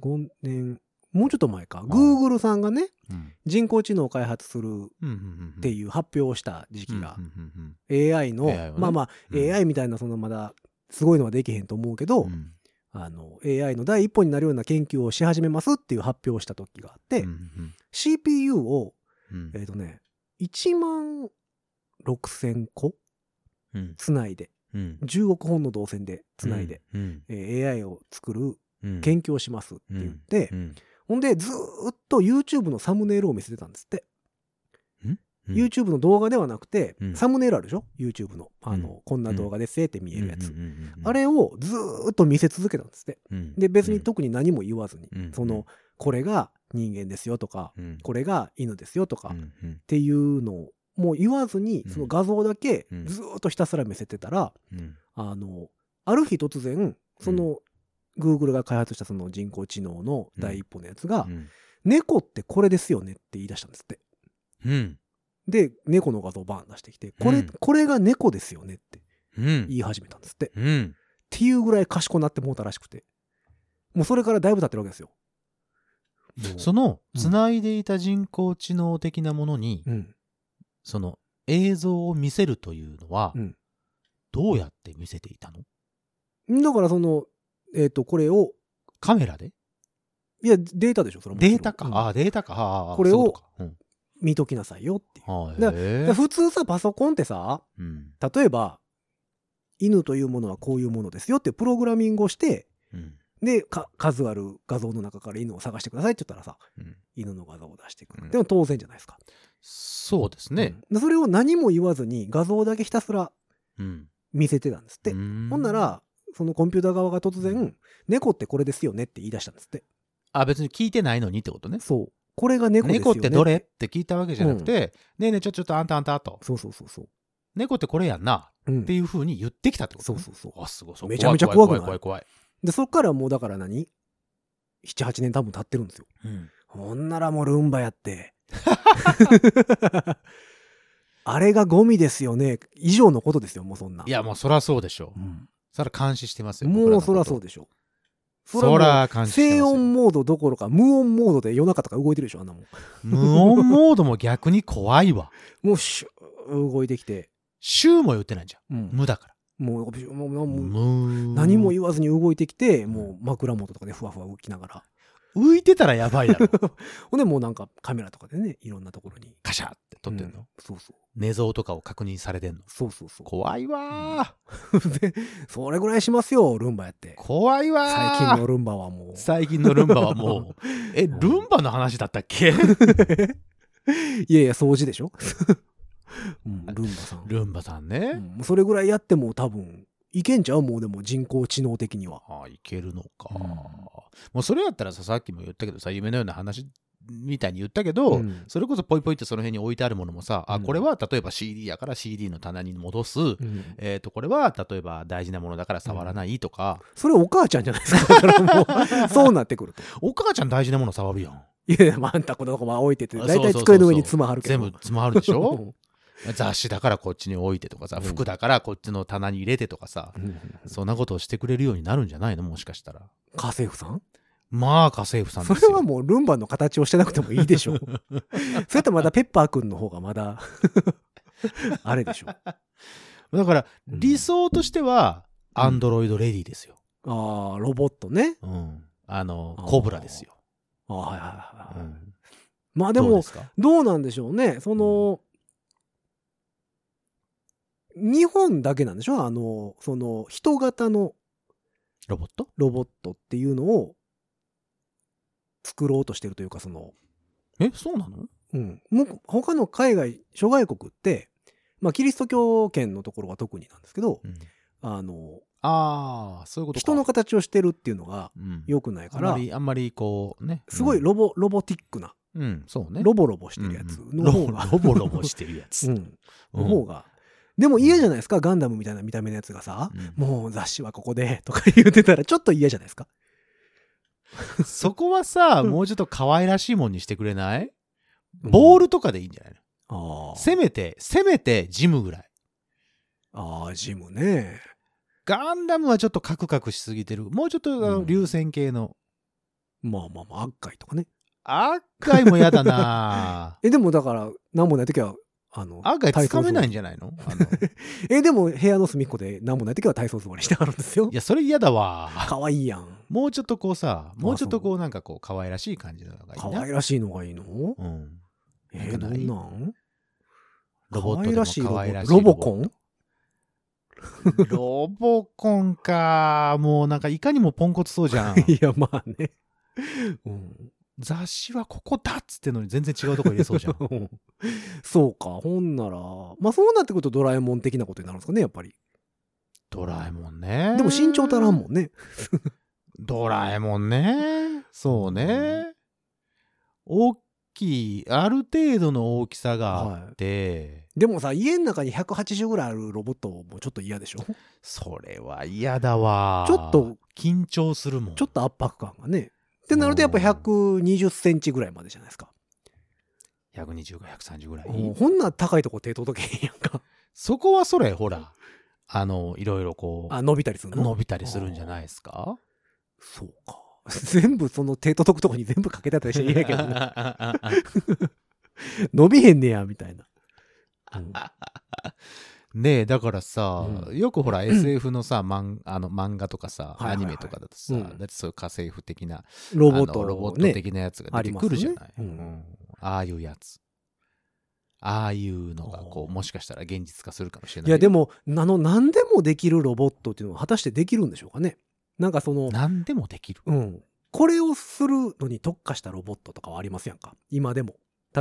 ?5 年、もうちょっと前か。Google さんがね、
うん、
人工知能を開発する
うんうんうんうん
っていう発表をした時期が
うん、うんうん
AI の、
AI をね
まあまあ、
うん
AI みたいな、そのまだ、すごいのはできへんと思うけど、
うんうん
あの、AI の第一歩になるような研究をし始めますっていう発表をした時があって、
うんうん
CPU を、
うん
えっ、とね、1万6000個
うん
つないで、
うん
10億本の導線でつないで、。
うん
えー AI を作る
うん
研究をしますって言って、
うん
ほんでずーっと YouTube のサムネイルを見せてたんですって、
うん
YouTube の動画ではなくて、
うん
サムネイルあるでしょ YouTube のあの、
う
こんな動画ですって見えるやつ、
うんうんうんうん
あれをずーっと見せ続けたんですって
うん
で別に特に何も言わずに、
うん
そのこれが人間ですよとか、
うん
これが犬ですよとか、
う
っ
んうん
ていうのをもう言わずに
うん
その画像だけ
うん
ずーっとひたすら見せてたら、
うん
あの、ある日突然、その、Google が開発したその人工知能の第一歩のやつが、
うん
猫ってこれですよねって言い出したんですって。
うん
で、猫の画像をバーン出してきて、これ、
うん
これが猫ですよねって
うん
言い始めたんですって。っ
うん
ていうぐらい賢くなってもうたらしくて。もうそれからだいぶ経ってるわけですよ。もう
そのつないでいた人工知能的なものに、
うん。
その映像を見せるというのは、
うん
どうやって見せていたの
だからその、えっ、と、これを、
カメラで
いや、データでしょ、それはもちろ
デ
ん
ータか、
うん
ああデータかああ
これ
そういう
を
とかうん
見ときなさいよっていう。
ああ
だ
へ
で
え
普通さ、パソコンってさ、
うん
例えば犬というものはこういうものですよってプログラミングをして
うん
でか数ある画像の中から犬を探してくださいって言ったらさ
うん
犬の画像を出してくる、
うん
でも当然じゃないですか、
そうですね、
うんでそれを何も言わずに画像だけひたすら
うん
見せてたんですって、
うん
ほんならそのコンピューター側が突然、
うん
猫ってこれですよねって言い出したんですって
あ別に聞いてないのにってことね
そうこれが猫ですよね
猫ってどれって聞いたわけじゃなくて、ねえねえちょちょっとあんたあんたと
そうそうそうそう、
猫ってこれやんな
うん
っていうふうに言ってきたってこと、
そう
ね、
そうそう
あすごいそう
めちゃめちゃ怖くない
怖い怖い
でそっからもうだから何78年多分経ってるんですよ
怖い、うん
ほんならもうルンバや って。あれがゴミですよね。以上のことですよ、もうそんな。
いやもうそらそうでしょう
うん
そら監視してますよ
もうそらそう
で
でしょ。
そ
も
ら
う
監視して
静
ますよ
音モードどころか無音モードで夜中とか動いてるでしょ、あんなもん。
無音モードも逆に怖いわ
もうシュー動いてきて。
シューも言ってないじゃ
うん
ん無だから
もうビューもうもうもう
無
何も言わずに動いてきて、もう枕元とかでふわふわ動きながら。
浮いてたらやばいだ ろ
ほんでもうなんかカメラとかでね、いろんなところに。
カシャって撮ってんの、
うんそうそう。
寝相とかを確認されてんの
そうそうそ
怖いわー、
う。 でそれぐらいしますよ、ルンバやって。
怖いわー
最近のルンバはもう。
最近のルンバはも うえルンバの話だったっけ
いやいや、掃除でしょ、 うん、ルンバさん。
ルンバさん
う
ね、
んもうそれぐらいやっても多分、いけんちゃうもうでも人工知能的には。
ああいけるのか、
うん
もうそれやったらささっきも言ったけどさ夢のような話みたいに言ったけ
う
ど、
ん
それこそポイポイってその辺に置いてあるものもさ、
う
あ
ん
これは例えば CD やから CD の棚に戻す、
うん
えー、とこれは例えば大事なものだから触らないとか、
それお母ちゃんじゃないですか。だ からもう、そうなってくると。
お母ちゃん大事なもの触るやん
いやいや、まあ、あんたこの子まあ置いてて、
あ
だい
そ
た
う
い
そうそうそう
机の上に妻張るけど。、
全部詰まるでしょ雑誌だからこっちに置いてとかさ
うん
服だからこっちの棚に入れてとかさ、
うん
そんなことをしてくれるようになるんじゃないのもしかしたら
家政婦さん
まあ家政婦さん
そ
です
れ
よ
はもうルンバの形をしてなくてもいいで しょう。それとまだペッパーくんの方がまだ、 あれでしょう。
だから
うん
理想としては
うん
アンドロイドレディですよ、
ああ、ロボットね。
うんあの
あー
コブラですよ、
あーはいはいはいはい。
うん
まあで
どう
も、
すか
どうなんでしょうね。その、日本だけなんでしょあの、その、人型の
ロボット
ロボットっていうのを作ろうとしてるというか、その、
えそうなの
うん。もう他の海外、諸外国って、まあ、キリスト教圏のところは特になんですけど、あの、
ああそういうことか
人の形をしてるっていうのが
うん
良くないか
あん
ら
ま、りあんまりこうね
すごいロボ、ロボティックな、
うん、うんそうね
ロボロボしてるやつの方が、
ロボロボしてるや
う
つ、
ん、
うん
の方が。でも嫌じゃないですか、ガンダムみたいな見た目のやつがさ、
うん
もう雑誌はここでとか言ってたらちょっと嫌じゃないですか。
そこはさ、
うん
もうちょっと可愛らしいもんにしてくれないボー
ル、
ルとかでいいんじゃないの、
あ
せめて、せめてジムぐらい。
ああ、ジムね。
ガンダムはちょっとカクカクしすぎてる。もうちょっとあ
う
の
ん
流線系の。
まあまあまあ、悪海とかね。
赤いも嫌 だな
え、でもだから、なんもないときは、あの、
赤いつかめないん
じ
じゃないのあの
ゃん。え、でも部屋の隅っこでなんもないときは体操座りしてあるんですよ
い。や、それ嫌 だわ。
かわいいやん。
もうちょっとこうさ、もうちょっとこうなんかこう可愛らしい感じのがいい
か
な。
わいらしいのがいいの
うん。
えー、
な
ど
んかない
んなん
ロボッ
可
トで
愛
も
らしいロ
可
ボ
愛らしい
ロボコン
ロボコンか。もうなんかいかにもポンコツそうじゃん。
いや、まあね。うん。
雑誌はここだっつってんのに全然違うとこ入れそう じゃん。
そうか、ほんなら。まあそうなってくるとドラえもん的なことになるんですかね、やっぱり。
ドラえもんね。
でも身長足らんもんね。
ドラえもんね。そうね。
うん
大きい、ある程度の大きさがあ
は
って、
い。でもさ、家の中に180ぐらいあるロボットもちょっと嫌でしょ
それは嫌だわ。
ちょっと、
緊張するもん。
ちょっと圧迫感がね。ってなるとやっぱ120センチぐらいまでじゃないですか。
120か130ぐらい。
うんほんなら高いとこ手届けへんやん か。
そこはそれ、ほら、あの、いろいろこ
あ、伸びたりす
う、
るの
伸びたりするんじゃないですか
そうか。 全部その手届くとこに全部かけてあったりして嫌やけどね、伸びへんねや、みた いな。うん
ねえだからさ、
うん
よくほら SF のさ、マンあの漫画とかさ、
はいはいはい
アニメとかだとさ、
うん
だってそういう家政婦的な
ロボット、ね、
あのロボット的なやつが出てくるじゃな
あ
い、
りますよね
う
うん
んああいうやつああいうのがこ
お
うもしかしたら現実化するかもしれない
い
よ
や、でも、あの、何でもできるロボットっていうのは果たしてできるんでしょうかね。なんかその、
何でもできる、
うん。これをするのに特化したロボットとかはありますやんか。今でも。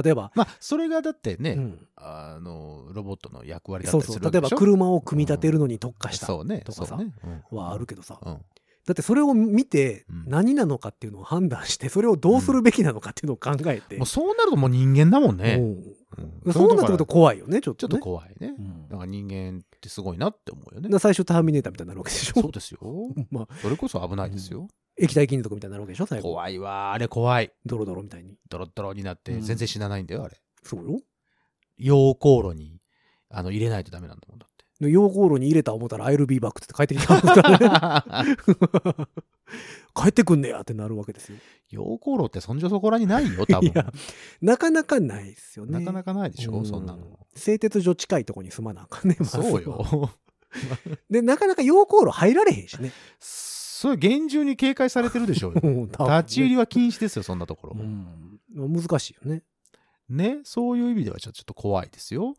例えば、
まあそれがだってね、
うん、
あのロボットの役割だった
そう
りす
そ
る
う。
わ
例
け
え
で
ば
しょ
車を組み立てるのに特化した
そうね
とかさ
そうねうん
はあるけどさ。
うん
だってそれを見て
うん
何なのかっていうのを判断して、それをどうするべきなのかっていうのを考えて。
もうそうなるともう人間だもん
う
ね、
ん
うん
そうなってくると
こ
怖いよね、ちょっ
ち
と
ょっと
ね。
怖いね、
うん
なんか人間ってすごいなって思うよね
な最終ターミネーターみたいになるわけでし
そ
ょ
う。ですよ
まあ、
それこそ危ないですよ、
液体金属みたいになるわけでしょ、最後。
怖いわあれ怖い
ドロドロみたいに。
ドロッドロになって
うん
全然死なないんだよ、あれ
そうよ。
溶鉱炉にあの入れないとダメなんだもんだって
で溶鉱炉に入れた思ったら、I'll be back って帰ってきたんですからね 帰ってくんねやってなるわけですよ。
溶鉱炉ってそんじょそこらにないよ多分
いやなかなかないですよね。
なかな
か
かないでしょ、そんなの
製鉄所近いとこに住まなあかんね。まず
そう。よ
で、なかなか溶鉱炉入られへんしね。
それ厳重に警戒されてるでしょうよ
うん多分ね
立ち入りは禁止ですよそんなところ、
うん難しいよね。
ねそういう意味ではちょちょっと怖いですよ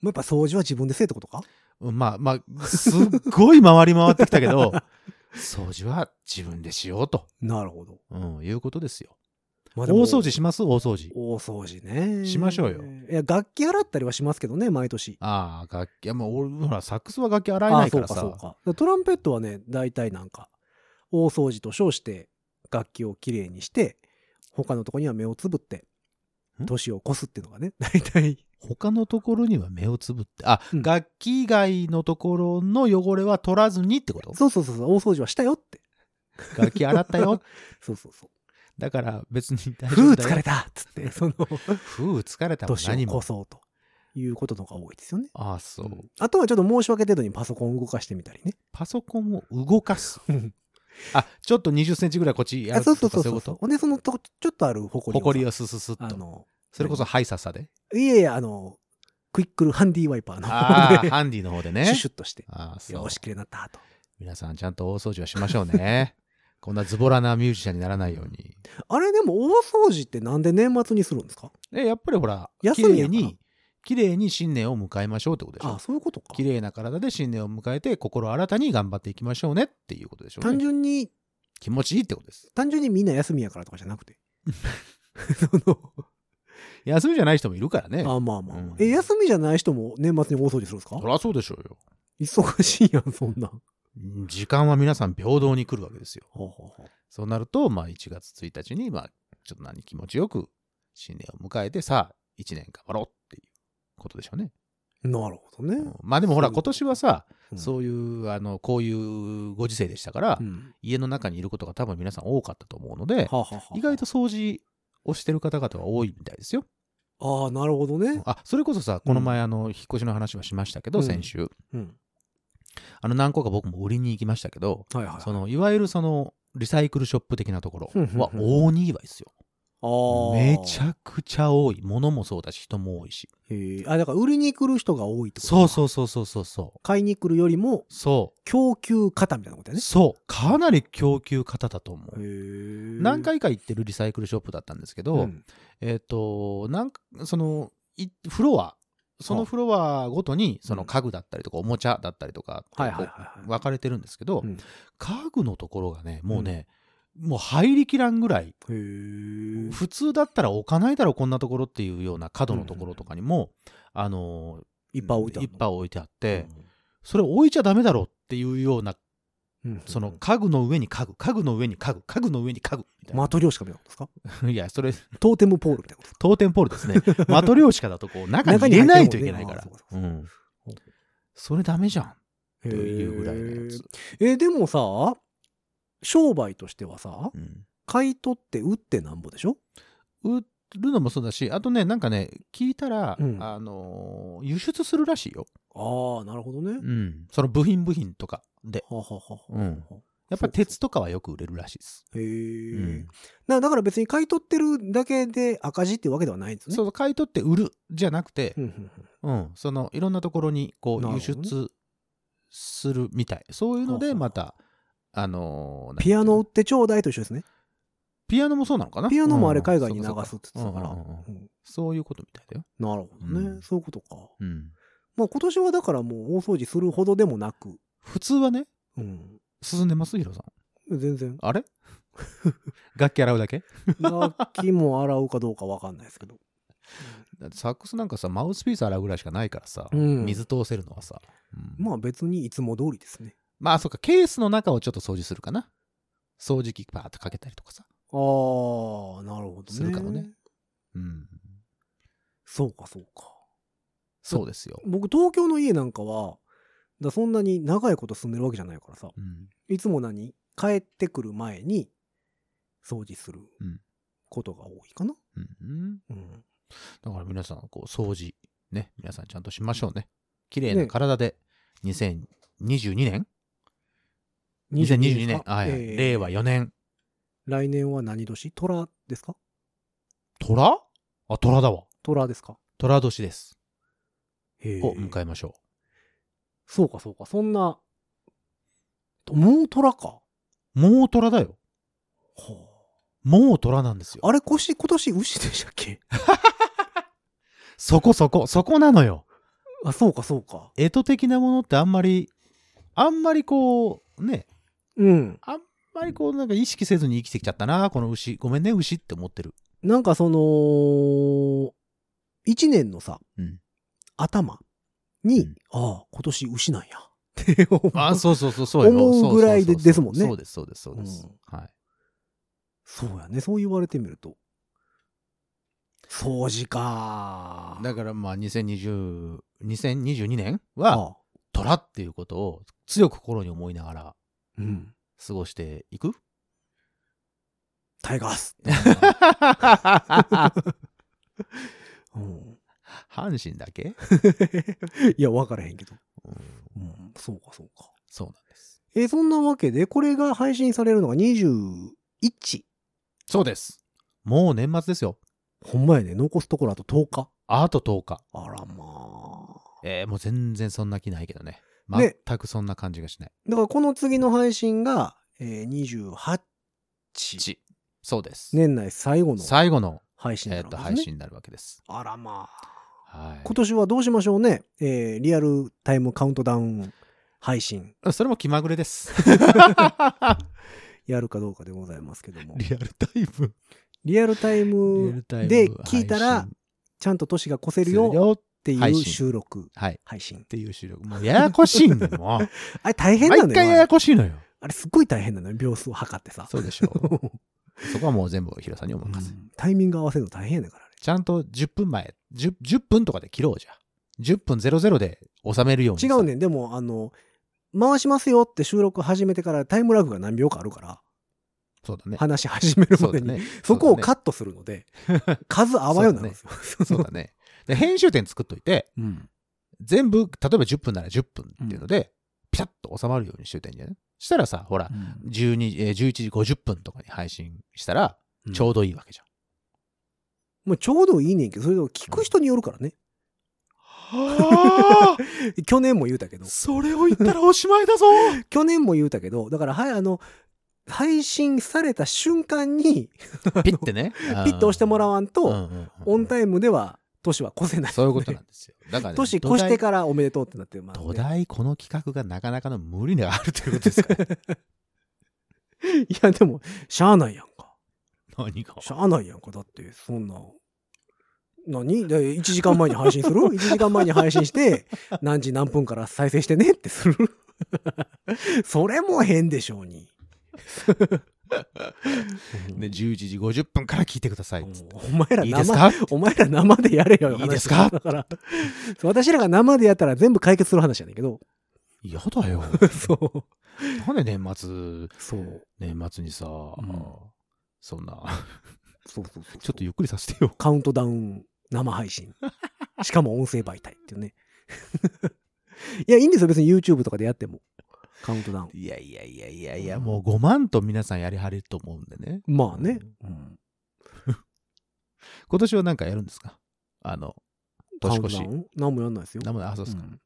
まあやっぱ掃除は自分でせえってことか
うんまあまあすっごい回り回ってきたけど 掃除は自分でしようと、
なるほど。
うん、いうことですよ
まあ
大
でも
掃除します大掃除
大掃除ね。
しましょうよ
いや、楽器洗ったりはしますけどね、毎年。
ああ楽器いやもう俺ほらサックスは楽器洗えないから
あ
さ
そうかそうか。トランペットはね、大体なんか、大掃除と称して、楽器をきれいにして、他のとこには目をつぶって、
ん
年を越すっていうのがね、大 体。
他のところには目をつぶって、あ、
うん
楽器以外のところの汚れは取らずにってこと
そうそうそうそう、大掃除はしたよって。
楽器洗っ たよ。
そうそうそう。
だから別に大
ふう
丈夫だ
疲
よ
れ。たっつ って、その、
ふう疲れたも
年
何
を
も
越。そうということの方が多いですよね。
ああ、そう。
んあとはちょっと申し訳程度にパソコンを動かしてみたりね。
パソコンを動かす
うん。
あ、ちょっと20センチぐらいこっちや
あ
る
そ
と
う
か
そうそう
そうい
そうう
こと
ほんで、そのとちょっとあるほこりをさ。
ほこりをスススッ
あ
と。
の、
それこそハイサさで。
いえいえ、あの、クイックルハンディワイパーの
あ
方
あ、
で、
ハンディの方でね
シュ。シュッとして、
ああ、そう
よし、綺麗になったと。
皆さんちゃんと大掃除はしましょうね。こんなズボラなミュージシャンにならないように。
あれ、でも大掃除ってなんで年末にするんですか
え、やっぱりほら、
休
綺
みやから
麗に、綺麗に新年を迎えましょうってことでし
あ
ょ
あ、。そういうことか。
綺麗な体で新年を迎えて、心新たに頑張っていきましょうねっていうことでしょう
単
ね。
純に、
気持ちいいってことです。
単純にみんな休みやからとかじゃなくて。その
休みじゃない人もいるからね。
あまあまあ、
うん
え、休みじゃない人も年末に大掃除するんですか
そりゃそうでしょうよ。
忙しいやん、そんなん。
時間は皆さん平等に来るわけですよ。
ほうほうほう
そうなると、まあ1月1日に、まあちょっと何気持ちよく新年を迎えて、さあ1年頑張ろうっていうことでしょうね。
なるほど
う
ね
ん。まあでもほら
そう
今年はさ、
うん
そういう、あの、こういうご時世でしたから、
うん
家の中にいることが多分皆さん多かったと思うので、
はあはあはあ
意外と掃除をしてる方々は多いみたいですよ。
ああなるほどね
あ、それこそさ、この前あの、引っ越しの話はしましたけど、
うん
先週。
うん
あの、何個か僕も売りに行きましたけど、
はいはい
そのいわゆるそのリサイクルショップ的なところ
うんうんうん
は大にぎわいですよ。
あー
めちゃくちゃ多い。物もそうだし、人も多いし。
へえあだから売りに来る人が多いってこと
そう
う
そうそうそうそうそ
買いに来るよりも
う。そ
供給型みたいなことや
う。
ね
そう。かなり供給型だと思
へ
う。
え
何回か行ってるリサイクルショップだったんですけど、
うん
えっ、と、なんか、その、いフロア、そのフロアごとに、その家具だったりとか、おもちゃだったりとか、
はいはいはいはい
分かれてるんですけど、
うん
家具のところがね、もうね、もう入りきらんぐら
へ
い、
え
普通だったら置かないだろこんなところっていうような角のところとかにも、あの
いっぱい置いてある
いっぱい置いてあって、
うん
それ置いちゃダメだろっていうような
うん
その家具の上に家具家具の上に家具家具の上に家具みたいな、
マトリョーシカみたいなことですか
いやそれ
トーテムポールみたいなことですか
トーテンポールで すねマトリョーシカだとこう中に入れないといけないから
中に入って
う
るもんね
ん
あーそうかそうか
それダメじゃん
へ
と
え
いうぐらいのやつ、
えでもさ商売としてはさ
うん
買い取って売ってなんぼでしょ
売るのもそうだしあとねなんかね聞いたら、
うん
あのー輸出するらしいよ、
ああなるほどね
うん、その部品部品とかで
はははは
うんやっぱり鉄とかはよく売れるらしいです。
へえ、
うん
なだから別に買い取ってるだけで赤字ってわけではないんですね。
そう買い取って売るじゃなくて
う、んうん
うん、そのいろんなところにこ
な
う
る
輸
ほどね
出するみたい。そういうの
は
で
は
また、あのー
ピアノ売
な
っ
ん
てて
いうの
ちょうだいと一緒ですね。
ピアノもそうなのかな
ピアノもあれ海外
うん
に流
そうか
す
そ
っ
う
て言ってたから。う
う
ん
うんうん
ん
そういうことみたいだよ。
なるほどね、
うん
そういうことか。
うん、
まあ今年はだからもう大掃除するほどでもなく、
普通はね
うん、
進んでますヒロさん。
全然
あれ楽器洗うだけ
楽器も洗うかどうかわかんないですけど。
だってサックスなんかさマウスピース洗うぐらいしかないからさ、
うん
水通せるのはさ、うん
まあ別にいつも通りですね。
まあそっか、ケースの中をちょっと掃除するかな。掃除機パーッとかけたりとかさ。
ああ、なるほどね。
するかもね。うん。
そうかそうか。
そうですよ。
僕東京の家なんかは、だそんなに長いこと住んでるわけじゃないからさ。
うん。
いつも何帰ってくる前に掃除する
うん
ことが多いかな。
うん。
うん。
だから皆さん、こう、掃除。ね。皆さんちゃんとしましょうね。綺麗な体で、2022年 ?2022 年。はい、
えー
令和4年。
来年は何年虎ですか
虎あ、虎だわ。
虎ですか
虎年です。
へー
を迎えましょ
そうかそうか。そんな、もう虎か。
う。もう虎だよ。もう虎なんですよ。
あれ、今年、今年牛でしたっけ
そこそこ、そこなのよ。
あ、そうかそうか。
干支的なものってあんまりあんまりこうね
うん。
あんまりこうなんか意識せずに生きてきちゃったなこの牛ごめんね牛って思ってる
なんかその、一年のさ、
うん
頭に、
うん
ああ、今年牛なんや。って思う
あ そうそうそうそう
よ思うぐらいでですもんね
そうですそうですそうです、はい
そうやね。そう言われてみると。掃除か
だからまあ2020 2022年は
あ
虎っていうことを強く心に思いながら
うん
過ごして いく
タイガー ス、うん、
阪神だけ、
いや分からへんけど、
うん
うん、そうかそうか
そうなんです。
えそんなわけでこれが配信されるのが21
そうです。もう年末ですよ。
ほんまやね残すところあと10日
あと10日。
あらまあ
えーもう全然そんな気ないけどね。
ね
全くそんな感じがしない。
だからこの次の配信が、えー、28
ちそうです。
年内最後の
最後の、
配信
え
なわ
ーと
けです
配
ね
信になるわけです。
あらまあ
はい
今年はどうしましょうね、えーリアルタイムカウントダウン配信
それも気まぐ れです。
やるかどうかでございますけども
リアルタイム。
リアルタイ
リアル
ム
タイム。
で聞いたらちゃんと年が越せ
配
る
信
よっ
よ
てい
配
う
信
収録
はい。っ
配信
ていう収録。もうややこしいんだよ、もう。
あれ大 変なのよ
毎回や
あれ
やこしいのよ。
あれすっごい大変なのよ秒数を測ってさ
そうでし ょう。そこはもう全部ヒロさんにお任せ。
うんタイミング合わせるの大変やねんからあれ
ちゃんと10分前、10, 10分とかで切ろうじゃん。10分00で収めるようにさ
違うねんでもあの回しますよって収録始めてからタイムラグが何秒かあるから
そうだね。
話し始めるま
そう
で
だ
に
ね。
そこを
そうだね
カットするので数合わようになるんですよ
そ うだね。で、編集点作っといて、
うん
全部、例えば10分なら10分っていうので、ピタッと収まるようにしといてんじゃないしたらさ、ほら、12えー11時50分とかに配信したら、
うん
ちょうどいいわけじ
まあ、ちょうどいいねんけど、それでも聞く人によるからね。
ゃん。は あ
去年も言うたけど、
それを言ったらおしまいだぞ
去年も言うたけど、だから、はい、あの、配信された瞬間に、
ピッてね。
ピッと押してもら
わ
わんと、オン
イ
タイムでは、年は越せない。
そういうことなんですよ。だからね、
年越してからおめでとうってなってる、まあね
土台この企画がなかなかの無理があるということです から
いや、でも、しゃあないやんか。
何が
しゃあないやんか。だって、そんな。何で1時間前に配信す る ?1 時間前に配信して、何時何分から再生してねってする それも変でしょうに。
ね11時50分から聞いてくださいっつって
お前ら
いいです
生
か
お前ら生でやれよ。
いいですか
話だから。そう私らが生でやったら全部解決する話やねんけど。
やだよ
そう。
なんで年末
そう。
年末にさ、
ん
そんな
そうそうそう。
ちょっとゆっくりさせてよ
カウントダウン生配信。しかも音声媒体っていうね。 いや、いいんですよ。別に YouTube とかでやっても。カウントダウン。
いやいやいやいやい
うん
もう5万と皆さんやりはれると思うんでね
まあね。
今年は何かやるんですかあの
カウン
年
トダ
越
ウ
し
ン何もやんないですよ。
何もあそうですか、
うん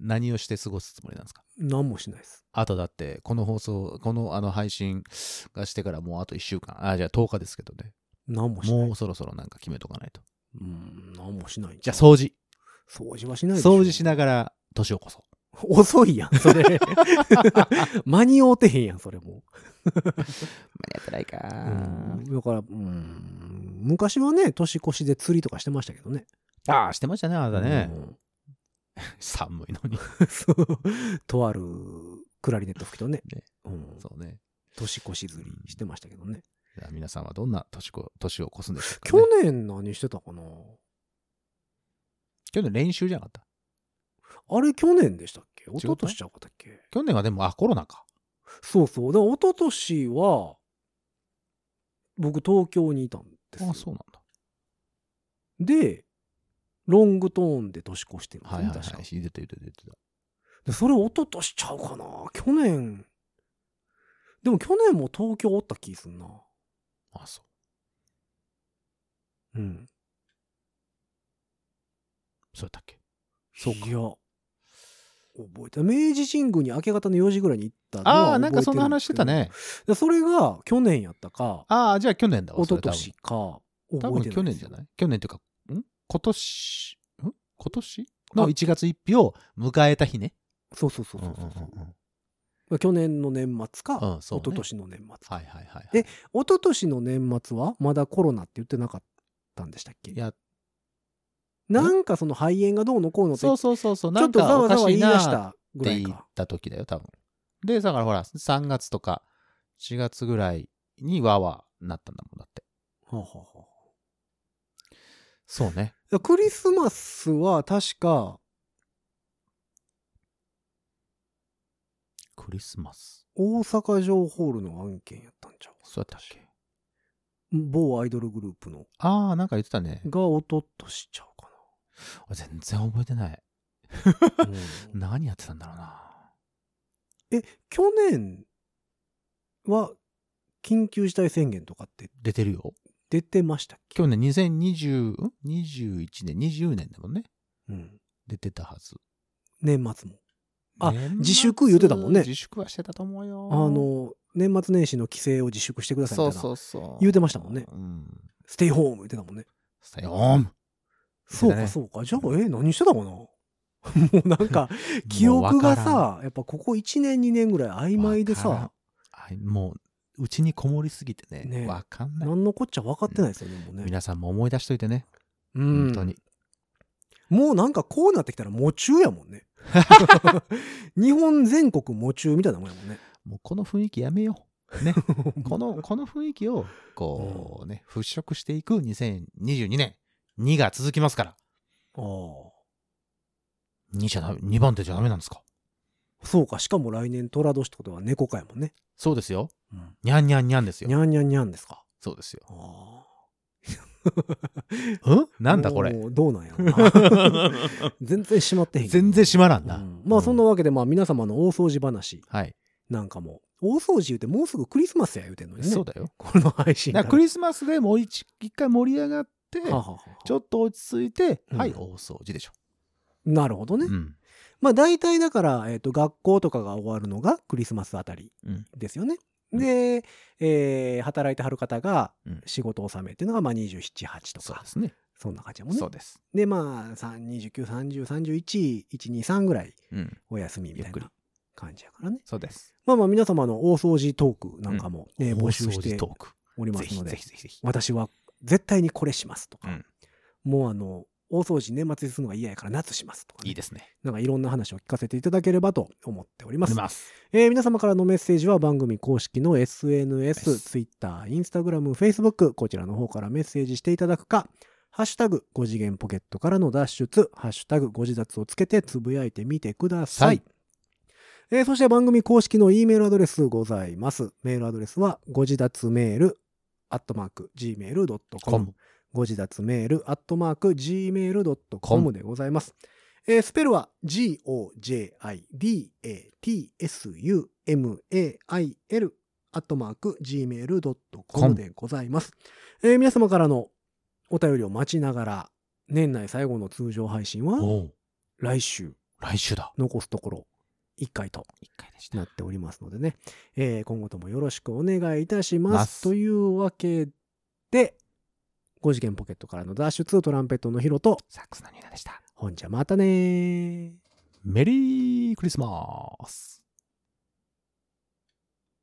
何をして過ごすつもりなんですか
何もしないです。
あとだってこの放送このあの配信がしてからもうあと1週間あじゃあ10日ですけどね
何もしない。
もうそろそろなんか決めとかないと
うん、何もしない。
じゃあ掃除
掃除はしないでしょ
掃除しながら年を越そう
遅いやん、そ れ。間に合うてへんやん、それも。
間に合ってないか
うんだから、うん、昔はね、年越しで釣りとかしてましたけどね。
ああしてましたねあなたね
うん。
寒いのに
そうとあるクラリネット吹きとね
ね
うん
そうね
年越し釣りしてましたけどね。
じゃあ皆さんはどんな年こ年を越すんでしょうか、ね、
去年何してたかな
去年練習じゃなかった
あれ去年でしたっけ一
事
昨年ちゃうかったっけ
去年はでもあコロナか
そうそう。でも一昨年は、僕東京にいたんですよ
あそうなんだ
で、ロングトーンで年越してるんです
は
ね
いはい
確か
はい出てる出てる出てた
でそれ一昨年ちゃうかな去年でも去年も東京おった気すんな
あそう
うん
そうやったっけ
そうかいや覚えて明治神宮に明け方の4時ぐらいに行ったのは
ああ
覚えてる
なんかそんな話してたね
でそれが去年やったか
ああじゃあ去年だわ
一
それ
昨年か覚えてない
多分多分去年じゃ
い
ない去年っていうかん今年ん今年の1月1日を迎えた日ね
そうそうそううん
う
そ
ん
う
うんうん
まあ去年の年末か、
うんそうね
一昨年の年末か、
はいはいはいはい
で一昨年の年末はまだコロナって言ってなかったんでしたっけ
いや
なんかその肺炎がどうのこうのって
そうそうそうそう
ち
な
ょっ
ん
とざ
かお
わざ
か
わ言
しい
い出
な
し
った
ぐら
て
い
言
か
っ。た時だよ多分でだからほら3月とか4月ぐらいにわーわーなったんだもんだって
はあはあはあ
そうね。
クリスマスは確か
クリスマス。
大阪城ホールの案件やったんちゃう
そうやったっけ
某アイドルグループの
ああ、なんか言ってたね。
がおとっとしちゃうか
全然覚えてない。
な、
何やってたんだろうな。
去年は緊急事態宣言とかって
出てるよ。
出てましたっけ、
去年2020、ん ?21 年、20年だもんね。
うん、
出てたはず。
年末もあ
年末
自粛言うてたもんね
自粛はしてたと思うよ。
あ、の年末年始の帰省を自粛してください
そ
み
う
たいな
そうそう。
言うてましたもんね
うん。
ステイホーム言ってたもんね
さよーん。
そう
言
か
ってた
そうかじゃあえ何してたかな もうなん か記憶がさやっぱここ1年2年ぐらい曖昧で
わ
さ
からん、あもう、うちにこもりすぎてね、
ね
わ、かんない。
何のこっちゃ分かってないですよね、もうね
皆さんも思い出しといてね、
うん
本当に。
もうなんかこうなってきたら喪中やもんね 日本全国喪中みたいなもんやもんね
もうこの雰囲気やめよ う。ね、この、この雰囲気を、こうね、払拭していく2022年、2が続きますから。
ああ
2じゃダメ、2番手じゃダメなんですか。
そうかしかも来年寅年ってことは猫かやもんね、
そうですよ。
うん、
にゃんにゃんにゃんです
に
よ。
ゃんにゃんにゃんですか
そうですよ。
あ
うん
あ
なんだこれ。
もうどうなんやろう な全然閉まってへんけど
全然閉まらんな。
うんまあそんなわけでまあ皆様の大掃除話
はい。
なんかも大掃除言うてもうすぐクリスマスや言うてんのにね
そうだよ。
この配信
だ
が
からクリスマスでもう一一回盛り上がって、
はあはあはあ
ちょっと落ち着いて、
うん
はい、大掃除でしょ。
なるほどね、
うん。
まあ大体だから、えっと学校とかが終わるのがクリスマスあたり
うん
ですよね、
うん
で、えー働いてはる方が
うん
仕事納めっていうのがまあ278と
そう
か
ですね。
そんな感じやもんね
そうです。
でまあ2930311123ぐらい
うん。
お休みみたい
ゆっくり
な感じやからね
そうです。
まあまあ皆様の大掃除トークなんかも、えー募集し
大掃除
て
トーク。
おりま
ぜ
す
ひ
の
ぜ
で
ひぜひぜひ。
私は絶対にこれしますとか、
うん
もうあの大掃除年末にするのが嫌やから夏しますとかね、
いいですね。
なんかいろんな話を聞かせていただければと思っております
出。ます。
えー皆様からのメッセージは番組公式の SNS、Twitter、Instagram、Facebook、こちらの方からメッセージしていただくか、ハッシュタグ5次元ポケットからの脱出、ハッシュタグ5次脱をつけてつぶやいてみてください。
はい
えーそして番組公式の E メールアドレスございます。メールアドレスは5次脱メール、アットマーク、
コ
gmail.com
ム。。
ご自立メール、アットマーク、gmail.com でございます。えースペルは、g-o-j-i-d-a-t-s-u-m-a-i-l、アットマーク、gmail.com でございます。えー皆様からのお便りを待ちながら、年内最後の通常配信は、
おう
来週、
来週だ。
残すところ、1回と
一回でし
なっておりますのでね、えー今後ともよろしくお願いいたします。
ます
というわけで、5次元ポケットからの脱出トランペットのヒロと、
サックスのニーナでした。
ほんじゃまたねー。
メリークリスマス。